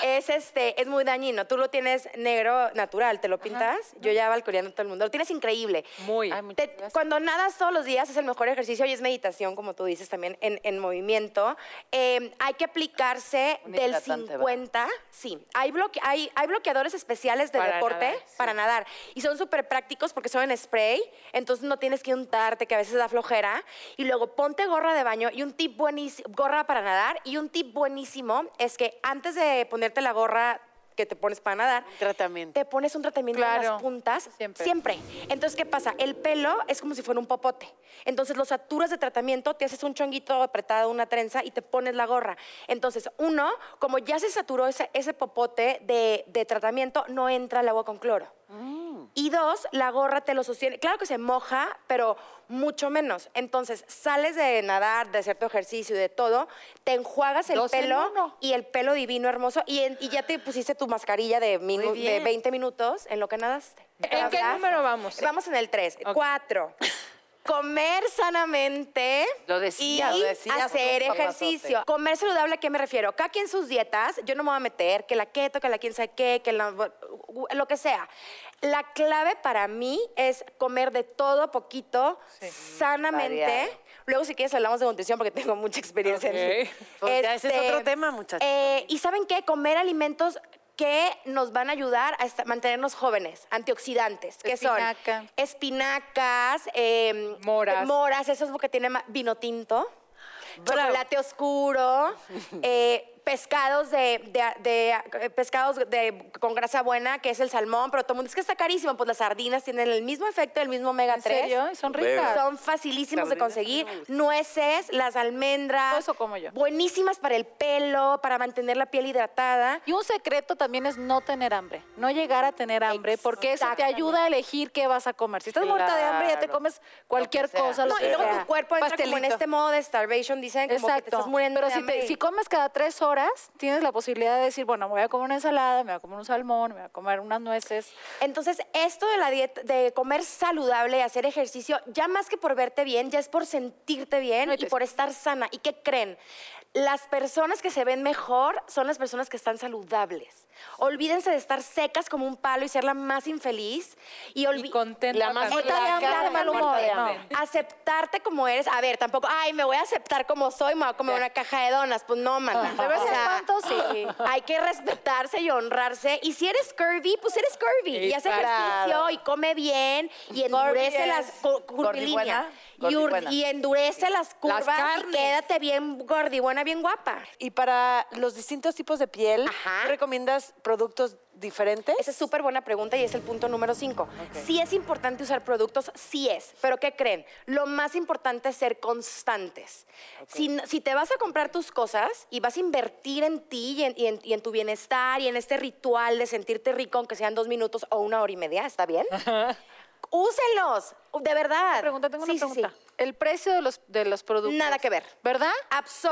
Speaker 9: es, este, es muy dañino. Tú lo tienes negro natural, te lo pintas, yo ya balconeando a todo el mundo, lo tienes increíble.
Speaker 3: Muy.
Speaker 6: Ay, muchas
Speaker 9: Te-
Speaker 6: gracias.
Speaker 9: cuando nadas todos los días es el mejor ejercicio y es meditación, como tú dices, también en, en movimiento. Eh, hay que aplicarse
Speaker 2: Un
Speaker 9: del
Speaker 2: hidratante,
Speaker 9: 50. Sí, hay, bloque- hay, hay bloqueadores especiales de
Speaker 3: Para
Speaker 9: deporte
Speaker 3: nadar, sí.
Speaker 9: para nadar y son súper prácticos porque son en spray, entonces no tienes que untarte, que a veces da flojera. Y luego ponte gorra de baño y un tip buenísimo, gorra para nadar y un tip buenísimo es que antes de ponerte la gorra que te pones para nadar,
Speaker 6: Tratamiento.
Speaker 9: te pones un tratamiento en
Speaker 8: Claro,
Speaker 9: las puntas
Speaker 8: siempre.
Speaker 9: siempre. Entonces, ¿qué pasa? El pelo es como si fuera un popote. Entonces, lo saturas de tratamiento, te haces un chonguito apretado, una trenza y te pones la gorra. Entonces, uno, como ya se saturó ese, ese popote de, de tratamiento, no entra el agua con cloro. Y dos, la gorra te lo sostiene. Claro que se moja, pero mucho menos. Entonces, sales de nadar, de cierto ejercicio y de todo, te enjuagas el
Speaker 3: Dos en
Speaker 9: pelo
Speaker 3: uno.
Speaker 9: y el pelo divino, hermoso, y, en- y ya te pusiste tu mascarilla de, minu-
Speaker 3: Muy
Speaker 9: de
Speaker 3: bien.
Speaker 9: 20 minutos en lo que nadaste.
Speaker 3: ¿En qué número vamos?
Speaker 9: Vamos en el 3. 4. Comer sanamente
Speaker 6: Lo decías,
Speaker 9: y
Speaker 2: lo decías,
Speaker 9: hacer
Speaker 2: tú,
Speaker 9: ejercicio. Comer saludable, ¿a qué me refiero? Cada quien sus dietas, yo no me voy a meter, que la keto, que la quién sabe qué, que la, lo que sea. La clave para mí es comer de todo poquito, sanamente.
Speaker 2: Variado.
Speaker 9: Luego si quieres hablamos de nutrición porque tengo mucha experiencia en Este,
Speaker 3: Ok.
Speaker 1: Pues ya ese es otro tema, muchachos,
Speaker 9: eh, y ¿saben qué? Comer alimentos que nos van a ayudar a esta- mantenernos jóvenes, antioxidantes, que
Speaker 8: Espinaca.
Speaker 9: son espinacas, eh,
Speaker 3: Moras.
Speaker 9: moras, eso es lo que tiene ma- vino tinto, chocolate oscuro, eh, pescados de, de- de- eh, pescados de, con grasa buena, que es el salmón, pero todo el mundo es que está carísimo. Pues las sardinas tienen el mismo efecto, el mismo omega
Speaker 8: ¿En
Speaker 9: 3.
Speaker 8: serio? ¿Y son
Speaker 7: Vega.
Speaker 8: ricas?
Speaker 9: Son facilísimos de conseguir. Nueces, las almendras.
Speaker 8: Todo eso como yo.
Speaker 9: Buenísimas para el pelo, para mantener la piel hidratada.
Speaker 8: Y un secreto también es no tener hambre, no llegar a tener hambre, porque eso te
Speaker 9: Exactamente.
Speaker 8: ayuda a elegir qué vas a comer. Si estás muerta de hambre, ya te
Speaker 2: Claro.
Speaker 8: comes cualquier
Speaker 2: Lo que sea.
Speaker 8: cosa, lo
Speaker 9: No,
Speaker 8: que
Speaker 9: y luego
Speaker 8: sea.
Speaker 9: tu cuerpo entra como en
Speaker 8: Pastelito.
Speaker 9: este modo de starvation, dicen, como que te
Speaker 8: Exacto.
Speaker 9: estás muriendo
Speaker 8: Pero
Speaker 9: de
Speaker 8: si, te-
Speaker 9: hambre y-
Speaker 8: si comes cada tres horas, tienes la posibilidad de decir, bueno, me voy a comer una ensalada, me voy a comer un salmón, me voy a comer unas nueces.
Speaker 9: Entonces, esto de la dieta, de comer saludable, hacer ejercicio, ya más que por verte bien, ya es por sentirte bien y por estar sana. ¿Y qué creen? Las personas que se ven mejor son las personas que están saludables. Olvídense de estar secas como un palo y ser la más infeliz. Y, olvi-
Speaker 3: Y contenta
Speaker 9: La más
Speaker 3: también.
Speaker 9: muerta de hambre,
Speaker 8: Blanca,
Speaker 9: de mal
Speaker 8: la
Speaker 9: humor.
Speaker 8: muerta de
Speaker 9: No.
Speaker 8: hambre.
Speaker 9: Aceptarte como eres. A ver, tampoco, ay, me voy a aceptar como soy, me voy a comer una caja de donas. Pues no, mana.
Speaker 8: De vez
Speaker 9: O
Speaker 8: en
Speaker 9: sea,
Speaker 8: cuando, sí.
Speaker 9: hay que respetarse y honrarse. Y si eres curvy, pues eres curvy. Y hace ejercicio
Speaker 2: Claro.
Speaker 9: y come bien y endurece
Speaker 2: es
Speaker 9: las cu- curvilínea.
Speaker 2: gordibuena,
Speaker 9: Y, ur-
Speaker 2: gordibuena.
Speaker 9: y endurece las curvas y
Speaker 1: carnes.
Speaker 9: quédate bien gordibuena, bien guapa.
Speaker 1: Y para los distintos tipos de piel,
Speaker 9: Ajá.
Speaker 1: ¿tú ¿recomiendas productos diferentes?
Speaker 9: Esa es súper buena pregunta y es el punto número 5. Sí es importante usar productos, sí es, pero ¿qué creen? Lo más importante es ser constantes. Si, n- si te vas a comprar tus cosas y vas a invertir en ti y en, y en- y en tu bienestar y en este ritual de sentirte rico, aunque sean dos minutos o una hora y media, ¿está bien? Úsenlos, de verdad.
Speaker 8: Pregunta, tengo
Speaker 9: Sí,
Speaker 8: una
Speaker 9: sí, sí.
Speaker 8: pregunta. El precio de los, de los productos.
Speaker 9: Nada que ver.
Speaker 8: ¿Verdad?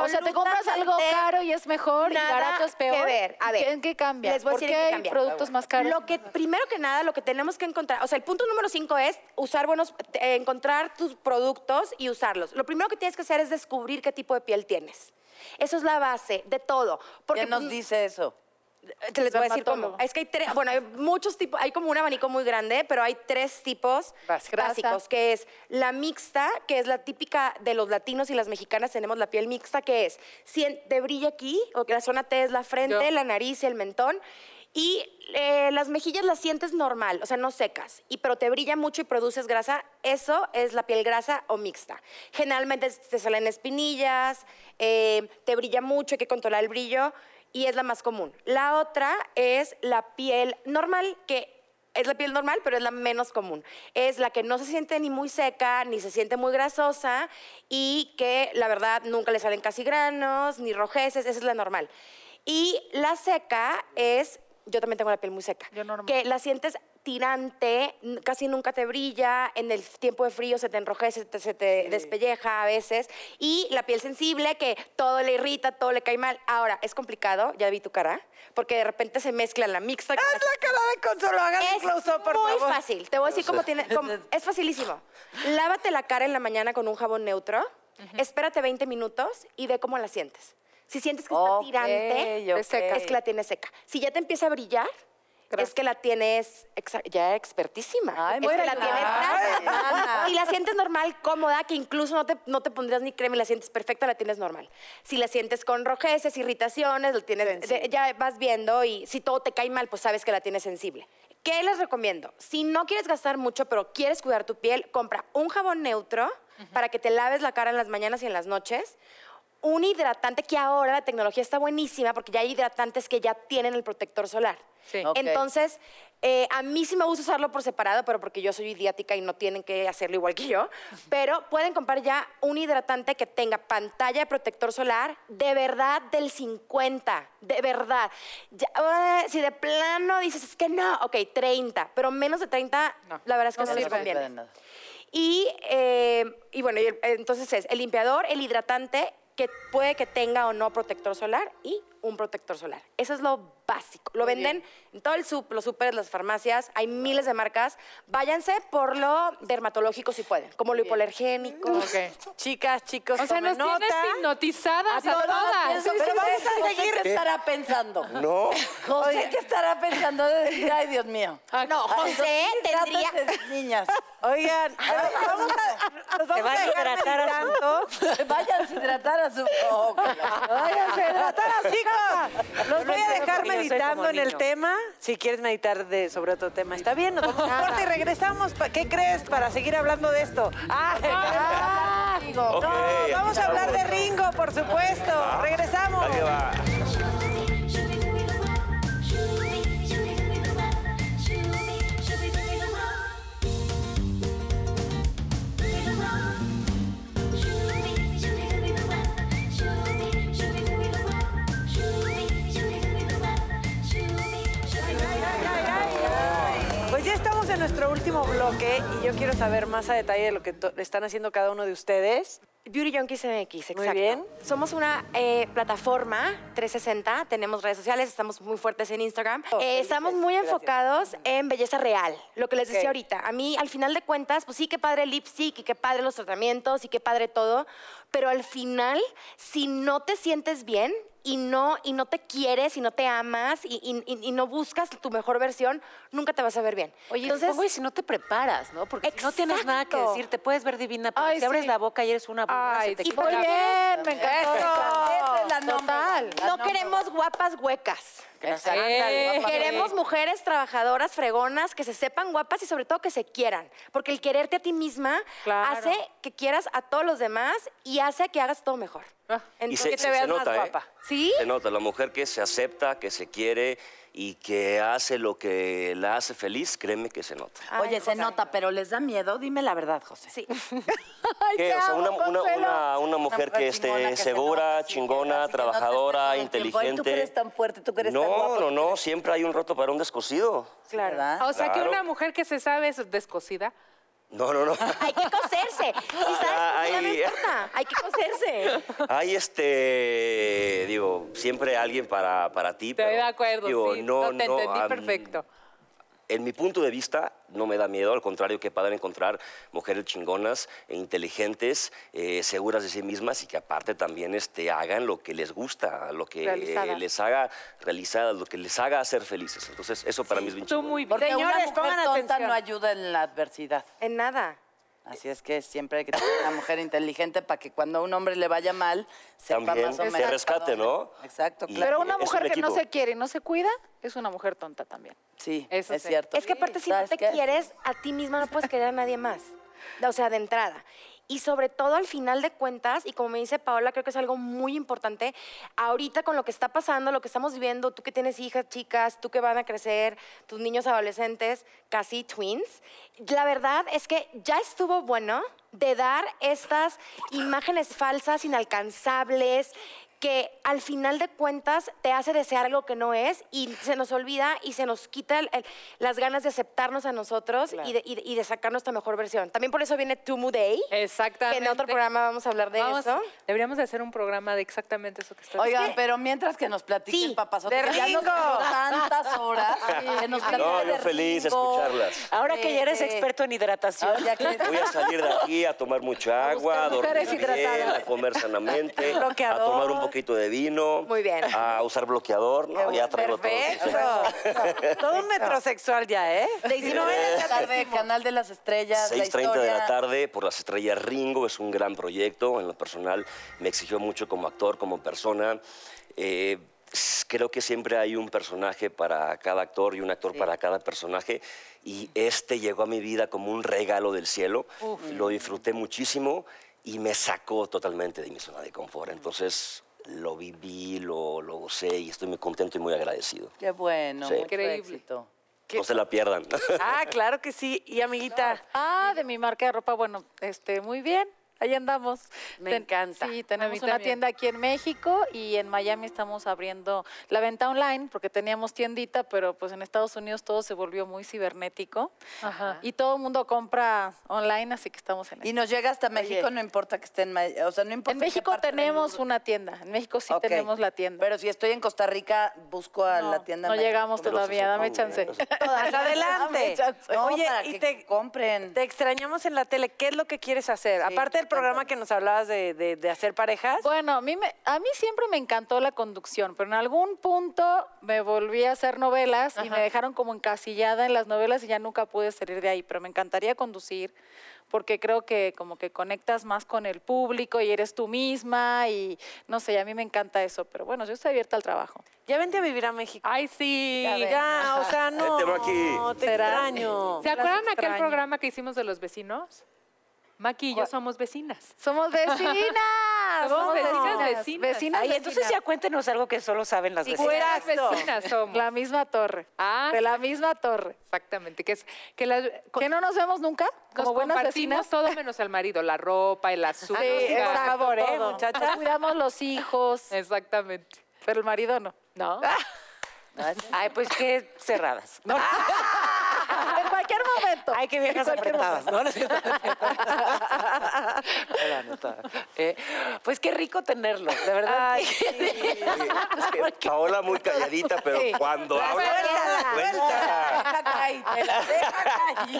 Speaker 8: O sea, te compras algo
Speaker 9: Absolutamente
Speaker 8: caro y es mejor y
Speaker 9: nada
Speaker 8: barato es peor.
Speaker 9: que ver. A
Speaker 8: ¿Y
Speaker 9: ver,
Speaker 8: qué- ¿En qué cambia?
Speaker 9: Les voy a
Speaker 8: ¿Por
Speaker 9: decir
Speaker 8: qué
Speaker 9: en qué
Speaker 8: hay
Speaker 9: cambia.
Speaker 8: productos más caros?
Speaker 9: Lo que primero que nada, lo que tenemos que encontrar, o sea, el punto número cinco es usar buenos, eh, encontrar tus productos y usarlos. Lo primero que tienes que hacer es descubrir qué tipo de piel tienes. Eso es la base de todo. Porque
Speaker 2: ¿Quién nos
Speaker 9: pues,
Speaker 2: dice eso?
Speaker 9: te les voy a decir cómo.
Speaker 8: Dermatólogo.
Speaker 9: Es que hay tres, bueno, hay muchos tipos, hay como un abanico muy grande, pero hay tres tipos
Speaker 8: Básicos.
Speaker 9: básicos, que es la mixta, que es la típica de los latinos y las mexicanas tenemos la piel mixta, que es si en- te brilla aquí, o que la zona T es la frente,
Speaker 3: Yo.
Speaker 9: la nariz y el mentón. Y eh, las mejillas las sientes normal, o sea, no secas, y, pero te brilla mucho y produces grasa. Eso es la piel grasa o mixta. Generalmente te salen espinillas, eh, te brilla mucho, hay que controlar el brillo y es la más común. La otra es la piel normal, que es la piel normal, pero es la menos común. Es la que no se siente ni muy seca, ni se siente muy grasosa y que la verdad nunca le salen casi granos, ni rojeces, esa es la normal. Y la seca es, yo también tengo la piel muy seca,
Speaker 8: Yo normal.
Speaker 9: que la sientes tirante, n- casi nunca te brilla, en el tiempo de frío se te enrojece, se te, se te despelleja a veces, y la piel sensible que todo le irrita, todo le cae mal. Ahora, es complicado, ya vi tu cara, porque de repente se mezcla la mixta
Speaker 8: Ah,
Speaker 9: con la
Speaker 1: Haz la cara de Consuelo, hagan
Speaker 9: es muy fácil. Te voy a decir cómo tiene. cómo- es facilísimo. Lávate la cara en la mañana con un jabón neutro. Espérate 20 minutos y ve cómo la sientes. Si sientes que
Speaker 2: Ok,
Speaker 9: está tirante,
Speaker 2: ok.
Speaker 9: es seca. es que la tienes seca. Si ya te empieza a brillar, es que la tienes exa- ya expertísima.
Speaker 2: Ay,
Speaker 9: es que
Speaker 2: bueno, Ah,
Speaker 9: la tienes
Speaker 2: ay,
Speaker 9: grasa. Y la sientes normal, cómoda, que incluso no te, no te pondrías ni crema y la sientes perfecta, la tienes normal. Si la sientes con rojeces, irritaciones, la tienes, de- ya vas viendo y si todo te cae mal, pues sabes que la tienes sensible. ¿Qué les recomiendo? Si no quieres gastar mucho, pero quieres cuidar tu piel, compra un jabón neutro para que te laves la cara en las mañanas y en las noches. Un hidratante que ahora la tecnología está buenísima porque ya hay hidratantes que ya tienen el protector solar.
Speaker 3: Sí.
Speaker 2: Ok.
Speaker 9: Entonces, eh, a mí sí me gusta usarlo por separado, pero porque yo soy idiática y no tienen que hacerlo igual que yo. Pero pueden comprar ya un hidratante que tenga pantalla de protector solar de verdad del 50, de verdad. Ya, ah, si de plano dices, es que no, ok, 30, pero menos de 30, la verdad es que no,
Speaker 2: No
Speaker 9: les
Speaker 2: sirve
Speaker 9: conviene.
Speaker 2: de nada.
Speaker 9: Y, eh, y bueno, y el- entonces es el limpiador, el hidratante, que puede que tenga o no protector solar y un protector solar. Eso es lo básico. Lo venden en todo el sup, los súperes, las farmacias, hay miles de marcas. Váyanse por lo dermatológico si pueden, como lo hipolergénico.
Speaker 1: Chicas, chicos,
Speaker 3: O sea,
Speaker 1: tomen
Speaker 3: nos tienes
Speaker 1: nota.
Speaker 3: hipnotizadas a todas.
Speaker 2: Pero vamos a seguir. ¿Qué estará pensando?
Speaker 7: No.
Speaker 2: José, ¿qué estará pensando de decir, ay, Dios mío?
Speaker 9: No, Ah, José tendría...
Speaker 2: Trátense, niñas.
Speaker 1: Oigan, vamos a, nos vamos a dejar meditando.
Speaker 2: Váyanse a hidratar a su... Oh, que la-
Speaker 1: Váyanse a hidratar a chicos. Los voy a dejar meditando en el tema. Si quieres meditar de, sobre otro tema, está bien. Nos vamos a un corte y regresamos. Pa- ¿Qué crees para seguir hablando de esto? Ah,
Speaker 9: Ringo.
Speaker 7: Ok, aquí
Speaker 1: Vamos a
Speaker 7: estamos. Ah,
Speaker 1: hablar de Ringo, por supuesto. Regresamos.
Speaker 7: Ahí va.
Speaker 1: Pues ya estamos en nuestro último bloque y yo quiero saber más a detalle de lo que to- están haciendo cada uno de ustedes.
Speaker 9: Beauty Junkies MX, exacto.
Speaker 1: Muy bien.
Speaker 9: Somos una eh, plataforma 360, tenemos redes sociales, estamos muy fuertes en Instagram.
Speaker 6: Oh,
Speaker 9: Eh,
Speaker 1: felices,
Speaker 9: estamos muy
Speaker 1: gracias.
Speaker 9: enfocados en belleza real, lo que les
Speaker 1: Ok.
Speaker 9: decía ahorita. A mí, al final de cuentas, pues sí, qué padre el lipstick y qué padre los tratamientos y qué padre todo, pero al final, si no te sientes bien y no, y no te quieres y no te amas y, y- y- y no buscas tu mejor versión, nunca te vas a ver bien.
Speaker 6: Oye, supongo y si no te preparas, ¿no?
Speaker 9: Eh,
Speaker 6: Porque si no tienes nada que
Speaker 9: Exacto.
Speaker 6: decir, te puedes ver divina, pero
Speaker 8: Ay,
Speaker 6: si abres
Speaker 8: sí.
Speaker 6: la boca y eres una burra,
Speaker 3: Ay,
Speaker 6: se te
Speaker 3: sí,
Speaker 8: Y
Speaker 6: quita
Speaker 8: muy
Speaker 6: la-
Speaker 8: bien, me encantó.
Speaker 2: Esa es la number
Speaker 8: Total.
Speaker 2: one, la
Speaker 9: no
Speaker 2: number
Speaker 9: queremos guapas huecas.
Speaker 3: Eh,
Speaker 9: Queremos mujeres trabajadoras, fregonas, que se sepan guapas y sobre todo que se quieran. Porque el quererte a ti misma
Speaker 3: Claro.
Speaker 9: hace que quieras a todos los demás y hace que hagas todo mejor.
Speaker 7: Y
Speaker 9: Entonces,
Speaker 7: se, se- se nota, ¿eh?
Speaker 9: ¿Sí?
Speaker 7: Se nota, la mujer que se acepta, que se quiere y que hace lo que la hace feliz, créeme que se nota.
Speaker 2: one. Oye,
Speaker 9: Ay,
Speaker 2: se
Speaker 9: José.
Speaker 2: nota, pero ¿les da miedo? Dime la verdad, José.
Speaker 9: Sí.
Speaker 7: ¿Qué? O sea, una, una- una- una mujer que
Speaker 2: chingona,
Speaker 7: esté
Speaker 2: que se
Speaker 7: segura,
Speaker 2: nota, sí, que-
Speaker 7: chingona,
Speaker 2: así que no te
Speaker 7: trabajadora,
Speaker 2: estés todo el tiempo, "Ay,
Speaker 7: inteligente.
Speaker 2: Tú que eres tan fuerte, tú que eres tan guapo.
Speaker 7: no, no, no, siempre hay un roto para un descosido.
Speaker 2: Claro.
Speaker 3: O sea, que
Speaker 7: Claro.
Speaker 3: una mujer que se sabe es descosida.
Speaker 7: No, no, no.
Speaker 9: Hay que coserse. Si sabes
Speaker 7: Ay.
Speaker 9: cocinar, no importa. Hay que coserse.
Speaker 7: Hay este, digo, siempre alguien para, para ti.
Speaker 3: Estoy
Speaker 7: pero,
Speaker 3: de acuerdo,
Speaker 7: digo,
Speaker 3: sí. No, te entendí
Speaker 7: am,
Speaker 3: perfecto.
Speaker 7: En mi punto de vista, no me da miedo, al contrario, qué padre encontrar mujeres chingonas, e inteligentes, eh, seguras de sí mismas y que aparte también este, hagan lo que les gusta, lo que eh,
Speaker 8: Realizadas.
Speaker 7: les haga realizadas, lo que les haga ser felices. Entonces, eso para mí es bien
Speaker 3: Tú
Speaker 7: chingón.
Speaker 3: muy bien.
Speaker 2: Porque
Speaker 1: Señores,
Speaker 2: una mujer
Speaker 1: pongan
Speaker 2: tonta
Speaker 1: atención.
Speaker 2: no ayuda en la adversidad.
Speaker 9: En nada.
Speaker 2: Así es que siempre hay que tener una mujer inteligente para que cuando a un hombre le vaya mal, sepa
Speaker 7: También
Speaker 2: más o
Speaker 7: te
Speaker 2: menos.
Speaker 7: rescate,
Speaker 2: para dónde-
Speaker 7: ¿no?
Speaker 2: Exacto,
Speaker 7: Y-
Speaker 2: claro.
Speaker 8: Pero una
Speaker 7: Es un
Speaker 8: mujer que no
Speaker 7: equipo.
Speaker 8: se quiere y no se cuida es una mujer tonta también.
Speaker 2: Sí,
Speaker 3: Eso
Speaker 2: es
Speaker 3: sí.
Speaker 2: cierto.
Speaker 9: Es que aparte si no
Speaker 2: ¿Sabes
Speaker 9: te
Speaker 2: qué?
Speaker 9: quieres a ti misma no puedes querer a nadie más. O sea, de entrada. Y sobre todo al final de cuentas, y como me dice Paola, creo que es algo muy importante, ahorita con lo que está pasando, lo que estamos viviendo, tú que tienes hijas, chicas, tú que van a crecer, tus niños adolescentes, casi twins, la verdad es que ya estuvo bueno de dar estas imágenes falsas, inalcanzables, que al final de cuentas te hace desear algo que no es y se nos olvida y se nos quita el- el- las ganas de aceptarnos a nosotros y, de, y de- y de sacar nuestra mejor versión. También por eso viene Tu Mood Day, que
Speaker 3: Exactamente.
Speaker 9: en otro programa vamos a hablar de
Speaker 3: Vamos,
Speaker 9: eso.
Speaker 3: Deberíamos de hacer un programa de exactamente eso que estás
Speaker 2: Oigan,
Speaker 9: que-
Speaker 2: pero mientras que nos platiquen,
Speaker 9: Sí,
Speaker 2: papazote,
Speaker 1: de
Speaker 2: que ya nos
Speaker 1: Ringo.
Speaker 2: duró tantas horas, que nos platiquen
Speaker 7: No,
Speaker 2: de
Speaker 7: yo feliz de
Speaker 2: Ringo.
Speaker 7: escucharlas.
Speaker 6: Ahora que ya eres
Speaker 2: Eh, eh.
Speaker 6: experto en hidratación.
Speaker 2: Ahora ya que-
Speaker 7: Voy a salir de aquí a tomar mucha agua, a dormir
Speaker 3: mujeres
Speaker 7: bien, a comer sanamente, a
Speaker 1: Bloqueador.
Speaker 7: tomar un poquito de vino,
Speaker 9: Muy bien.
Speaker 7: a usar bloqueador, ¿no? ya traigo todo.
Speaker 1: Perfecto. Todo un metrosexual ya, ¿eh?
Speaker 2: Si no de la tarde, Canal de las Estrellas, la
Speaker 7: 6.30 de la
Speaker 2: historia.
Speaker 7: tarde por las estrellas Ringo, es un gran proyecto, en lo personal me exigió mucho como actor, como persona. Eh, s- creo que siempre hay un personaje para cada actor y un actor para cada personaje y este llegó a mi vida como un regalo del cielo, lo disfruté muchísimo y me sacó totalmente de mi zona de confort,
Speaker 2: Mm.
Speaker 7: entonces lo viví, lo, lo gocé y estoy muy contento y muy agradecido.
Speaker 2: Qué bueno,
Speaker 7: Sí.
Speaker 2: mucho
Speaker 3: Increíble.
Speaker 2: éxito.
Speaker 7: No se la pierdan.
Speaker 1: Ah, claro que sí. Y amiguita,
Speaker 8: Ah, de mi marca de ropa, bueno, este, muy bien. Ahí andamos.
Speaker 6: Me encanta.
Speaker 8: Sí,
Speaker 3: A mí
Speaker 8: tenemos una
Speaker 3: también.
Speaker 8: tienda aquí en México y en Miami estamos abriendo la venta online porque teníamos tiendita, pero pues en Estados Unidos todo se volvió muy cibernético
Speaker 3: Ajá.
Speaker 8: y todo el mundo compra online, así que estamos en
Speaker 2: Y
Speaker 8: eso.
Speaker 2: nos llega hasta México, no importa que estén... O sea, no importa
Speaker 8: En
Speaker 2: qué
Speaker 8: México
Speaker 2: parte del
Speaker 8: tenemos
Speaker 2: mundo.
Speaker 8: una tienda, en México sí
Speaker 2: Ok.
Speaker 8: tenemos la tienda.
Speaker 2: Pero si estoy en Costa Rica, busco a
Speaker 8: no,
Speaker 2: la tienda.
Speaker 8: no
Speaker 2: en México.
Speaker 8: llegamos
Speaker 7: Pero
Speaker 8: todavía,
Speaker 7: se
Speaker 8: dame
Speaker 7: supone,
Speaker 8: chance.
Speaker 7: ¿no? Se
Speaker 1: pues adelante.
Speaker 2: No,
Speaker 1: Oye,
Speaker 2: para
Speaker 1: y
Speaker 2: que
Speaker 1: te,
Speaker 2: compren.
Speaker 1: te extrañamos en la tele. ¿Qué es lo que quieres hacer? Aparte del programa que nos hablabas de, de- de hacer parejas.
Speaker 8: Bueno, a mí, me- a mí siempre me encantó la conducción, pero en algún punto me volví a hacer novelas y me dejaron como encasillada en las novelas y ya nunca pude salir de ahí, pero me encantaría conducir porque creo que como que conectas más con el público y eres tú misma y no sé, a mí me encanta eso, pero bueno, yo estoy abierta al trabajo.
Speaker 1: Ya vente a vivir a México.
Speaker 3: Ay, sí.
Speaker 1: Ya, o sea, no.
Speaker 7: Vente, Maki.
Speaker 1: Te extraño.
Speaker 3: ¿Se
Speaker 1: Las
Speaker 3: acuerdan aquel
Speaker 1: extraño.
Speaker 3: programa que hicimos de los vecinos? Maki y yo somos vecinas.
Speaker 8: Somos vecinas.
Speaker 3: Ah, Somos vecinas, vecinas.
Speaker 8: Vecinas,
Speaker 6: Ay, entonces ya
Speaker 8: vecinas.
Speaker 6: cuéntenos algo que solo saben las
Speaker 3: Y
Speaker 6: vecinas.
Speaker 3: buenas vecinas somos.
Speaker 8: La misma torre.
Speaker 3: Ah,
Speaker 8: De la misma torre.
Speaker 3: exactamente. Que, es, que, las-
Speaker 8: ¿Que no nos vemos nunca?
Speaker 3: nos
Speaker 8: Como buenas
Speaker 3: compartimos
Speaker 8: vecinas.
Speaker 3: todo Ah, menos al marido, la ropa, el azúcar.
Speaker 8: exacto,
Speaker 1: favor, ¿eh,
Speaker 8: todo.
Speaker 1: muchacha?
Speaker 8: Nos cuidamos los hijos,
Speaker 3: Exactamente.
Speaker 8: pero el marido no.
Speaker 3: ¿No?
Speaker 6: Ay, pues qué cerradas. No,
Speaker 8: En cualquier momento.
Speaker 6: Ay, qué viejas apretadas. No, no es cierto, no es cierto. Era neta. Eh, pues qué rico tenerlo, de verdad.
Speaker 7: Paola muy calladita, pero cuando habla, cuenta.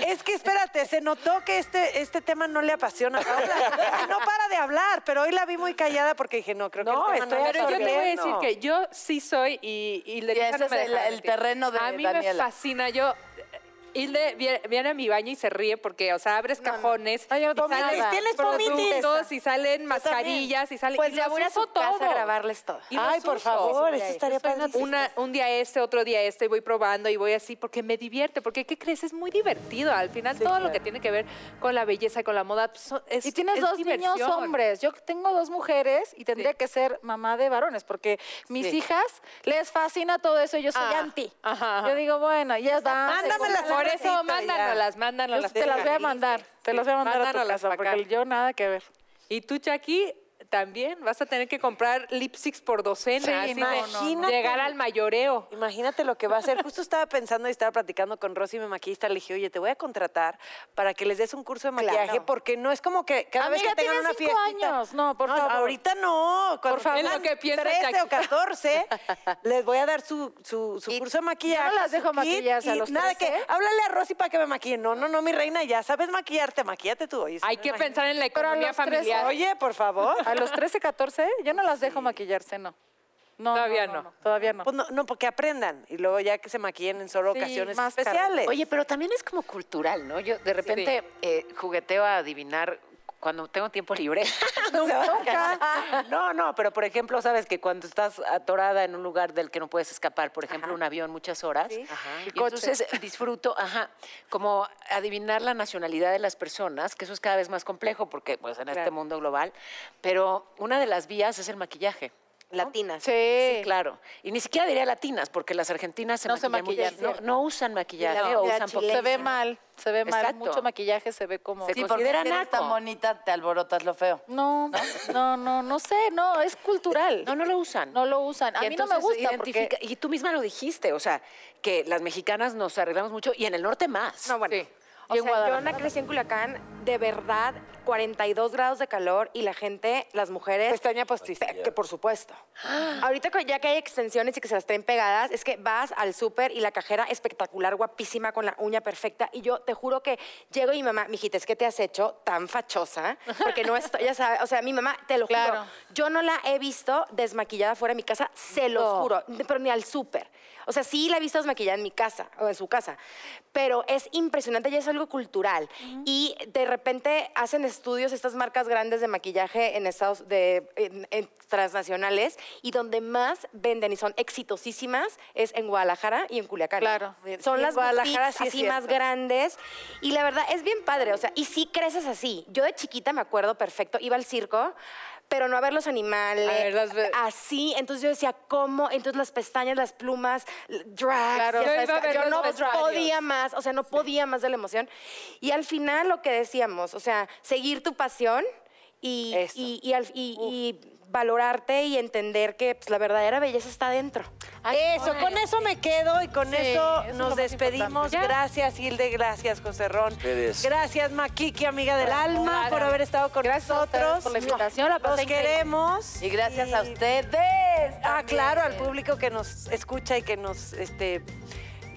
Speaker 1: Es que espérate, se notó que este, este tema no le apasiona. a Paola. No para de hablar, pero hoy la vi muy callada porque dije, no, creo que
Speaker 6: No,
Speaker 1: el tema
Speaker 6: estoy
Speaker 1: no
Speaker 3: Pero yo te voy a
Speaker 1: absorbiendo.
Speaker 3: decir que yo sí soy y, y le
Speaker 2: Y ese es el- el terreno de
Speaker 3: A mí me
Speaker 2: Daniela.
Speaker 3: fascina, yo... eh, Hilde viene, viene a mi baño y se ríe porque, o sea, abres cajones.
Speaker 8: No, yo no
Speaker 3: y
Speaker 8: tomo
Speaker 3: salen
Speaker 8: nada.
Speaker 1: Tienes
Speaker 3: productos
Speaker 1: pomitis.
Speaker 3: y salen mascarillas y salen.
Speaker 8: Pues
Speaker 3: y
Speaker 8: ya
Speaker 3: las
Speaker 8: voy a
Speaker 3: uso
Speaker 8: su casa a
Speaker 3: todo.
Speaker 8: grabarles todo.
Speaker 3: Y las
Speaker 1: Ay, por
Speaker 3: uso.
Speaker 1: favor, eso
Speaker 8: Soy
Speaker 1: estaría padrísimo.
Speaker 3: Una- un día este, otro día este, y voy probando y voy así porque me divierte, porque ¿qué crees? Es muy divertido. Al final todo lo que tiene que ver con la belleza y con la moda pues, son- es
Speaker 8: Y tienes
Speaker 3: es
Speaker 8: dos
Speaker 3: diversión.
Speaker 8: niños hombres. Yo tengo dos mujeres y tendría que ser mamá de varones porque mis hijas les fascina todo eso. y Yo soy
Speaker 3: Ah,
Speaker 8: anti.
Speaker 3: ajá, ajá.
Speaker 8: Yo digo, bueno, ya está.
Speaker 1: Mándamelas
Speaker 3: Por eso mándanos,
Speaker 8: Yo
Speaker 3: mándanos.
Speaker 8: te las voy a mandar. Te las voy a mandar a tu
Speaker 3: Mándanoslas
Speaker 8: casa
Speaker 3: pa' acá.
Speaker 8: porque yo nada que ver.
Speaker 3: Y tú, Jackie, también vas a tener que comprar lipsticks por docena.
Speaker 8: Sí,
Speaker 3: así de
Speaker 8: no, no,
Speaker 1: no.
Speaker 3: llegar al mayoreo.
Speaker 1: Imagínate lo que va a hacer. Justo estaba pensando y estaba platicando con Rosy, mi maquillista, le dije, oye, te voy a contratar para que les des un curso de maquillaje,
Speaker 8: Claro.
Speaker 1: porque no es como que cada vez que
Speaker 8: Amiga,
Speaker 1: tengan
Speaker 8: tienes
Speaker 1: una
Speaker 8: cinco
Speaker 1: fiesta.
Speaker 8: años. No, por favor.
Speaker 1: Ahorita no. Cuando
Speaker 3: favor.
Speaker 1: tengan
Speaker 3: Es lo que piensa
Speaker 1: 13
Speaker 3: Jackie.
Speaker 1: o 14, les voy a dar su, su, su
Speaker 8: Y
Speaker 1: curso de maquillaje.
Speaker 8: no las
Speaker 1: su
Speaker 8: dejo
Speaker 1: kit,
Speaker 8: maquillarse a
Speaker 1: y
Speaker 8: los
Speaker 1: Nada de que,
Speaker 8: 13.
Speaker 1: háblale a Rosy para que me maquille. No, no, no, mi reina, ya sabes maquillarte, maquillate tú. Oye,
Speaker 3: Hay
Speaker 1: no
Speaker 3: que
Speaker 1: imagino.
Speaker 3: pensar en la
Speaker 8: Pero a
Speaker 3: economía
Speaker 8: los tres-
Speaker 3: familiar.
Speaker 1: Oye, por favor.
Speaker 8: A los 13, 14, yo no las dejo maquillarse, no. No,
Speaker 3: Todavía no.
Speaker 8: Todavía no.
Speaker 1: Pues no, no, porque aprendan. Y luego ya que se maquillen en solo
Speaker 8: Sí,
Speaker 1: ocasiones
Speaker 8: máscara.
Speaker 1: especiales.
Speaker 6: Oye, pero también es como cultural, ¿no? Yo de repente eh, jugueteo a adivinar cuando tengo tiempo libre. Nunca. No, no, pero por ejemplo, sabes que cuando estás atorada en un lugar del que no puedes escapar, por ejemplo, un avión muchas horas, y entonces disfruto, ajá, como adivinar la nacionalidad de las personas, que eso es cada vez más complejo porque pues en este mundo global, pero una de las vías es el maquillaje.
Speaker 9: Latinas.
Speaker 6: Sí, claro. Y ni siquiera diría latinas, porque las argentinas se
Speaker 8: Eh, No se
Speaker 6: maquillan muy
Speaker 8: maquillan,
Speaker 6: bien.
Speaker 8: cierto.
Speaker 6: No, no usan maquillaje
Speaker 9: Y la-
Speaker 6: o
Speaker 9: la
Speaker 6: usan poquito.
Speaker 9: chilena.
Speaker 8: Se ve mal, se ve mal.
Speaker 6: Exacto.
Speaker 8: Mucho maquillaje se ve como...
Speaker 6: Se
Speaker 2: Sí, porque
Speaker 6: considera
Speaker 2: Pues si eres tan
Speaker 6: naco.
Speaker 2: bonita, te alborotas lo feo.
Speaker 8: No, no, no, no sé, no, es cultural.
Speaker 6: No, no lo usan.
Speaker 8: No lo usan. A
Speaker 6: Y
Speaker 8: mí no me
Speaker 6: entonces
Speaker 8: gusta porque-
Speaker 6: identifica- Y tú misma lo dijiste, o sea, que las mexicanas nos arreglamos mucho y en el norte más.
Speaker 9: No, bueno.
Speaker 3: Sí.
Speaker 9: O
Speaker 8: Y en
Speaker 9: sea, yo
Speaker 8: Guadalajara.
Speaker 9: na- crecí en Culiacán, de verdad, 42 grados de calor y la gente, las mujeres...
Speaker 1: Pestaña postiza.
Speaker 9: pe- Que por supuesto. Ahorita que ya que hay extensiones y que se las traen pegadas, es que vas al súper y la cajera espectacular, guapísima, con la uña perfecta. Y yo te juro que llego y mi mamá, mijita, es que te has hecho tan fachosa. Porque no estoy, ya sabes, o sea, mi mamá, te lo
Speaker 8: Claro.
Speaker 9: juro, yo no la he visto desmaquillada fuera de mi casa, se lo
Speaker 8: No.
Speaker 9: juro, n- pero ni al súper. O sea, sí la he visto desmaquillada en mi casa o en su casa, pero es impresionante, ya es algo cultural. Y de repente hacen estudios estas marcas grandes de maquillaje en Estados de, en- en transnacionales y donde más venden y son exitosísimas es en Guadalajara y en Culiacán.
Speaker 8: Claro.
Speaker 9: Son
Speaker 1: Sí,
Speaker 9: las
Speaker 1: Guadalajara
Speaker 9: boutiques
Speaker 1: sí es
Speaker 9: así más
Speaker 1: cierto.
Speaker 9: grandes y la verdad es bien padre, o sea, y sí creces así. Yo de chiquita me acuerdo perfecto, iba al circo, pero no a ver los animales,
Speaker 3: A ver, las ve-
Speaker 9: así, entonces yo decía, ¿cómo? Entonces las pestañas, las plumas, l- drags,
Speaker 3: Claro,
Speaker 9: ya
Speaker 3: yo
Speaker 9: sabes,
Speaker 3: iba a ver
Speaker 9: yo
Speaker 3: los
Speaker 9: no
Speaker 3: vestuarios.
Speaker 9: podía más, o sea, no podía más de la emoción. Y al final lo que decíamos, o sea, seguir tu pasión y,
Speaker 1: Eso.
Speaker 9: y, y al- y- y valorarte y entender que pues, la verdadera belleza está dentro.
Speaker 1: Eso, con eso me quedo y con eso nos despedimos. Gracias, Hilde, gracias, José Ron.
Speaker 7: Ustedes.
Speaker 1: Gracias, Maquique, amiga del alma, por haber estado con
Speaker 8: Gracias a ustedes
Speaker 1: nosotros.
Speaker 8: por la invitación, la
Speaker 1: Los
Speaker 8: pasé increíble.
Speaker 1: queremos.
Speaker 2: Y gracias a
Speaker 1: Y-
Speaker 2: ustedes.
Speaker 1: Ah,
Speaker 2: también.
Speaker 1: claro, al público que nos escucha y que nos, este,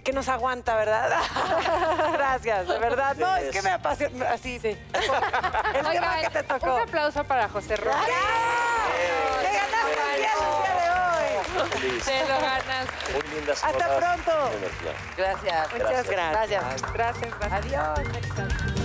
Speaker 1: que nos aguanta, ¿verdad? gracias, de verdad. No, es que me apasiona. Así. El tema que te
Speaker 3: Oigan,
Speaker 1: tocó.
Speaker 3: un aplauso para José Rojas.
Speaker 1: ¡Te ganaste el día del día de hoy!
Speaker 7: Feliz.
Speaker 3: Te lo ganas.
Speaker 7: Muy lindas
Speaker 1: Hasta
Speaker 7: horas.
Speaker 1: pronto.
Speaker 7: Energía.
Speaker 2: Gracias.
Speaker 1: Muchas gracias.
Speaker 2: Gracias.
Speaker 3: Gracias, gracias.
Speaker 2: Adiós.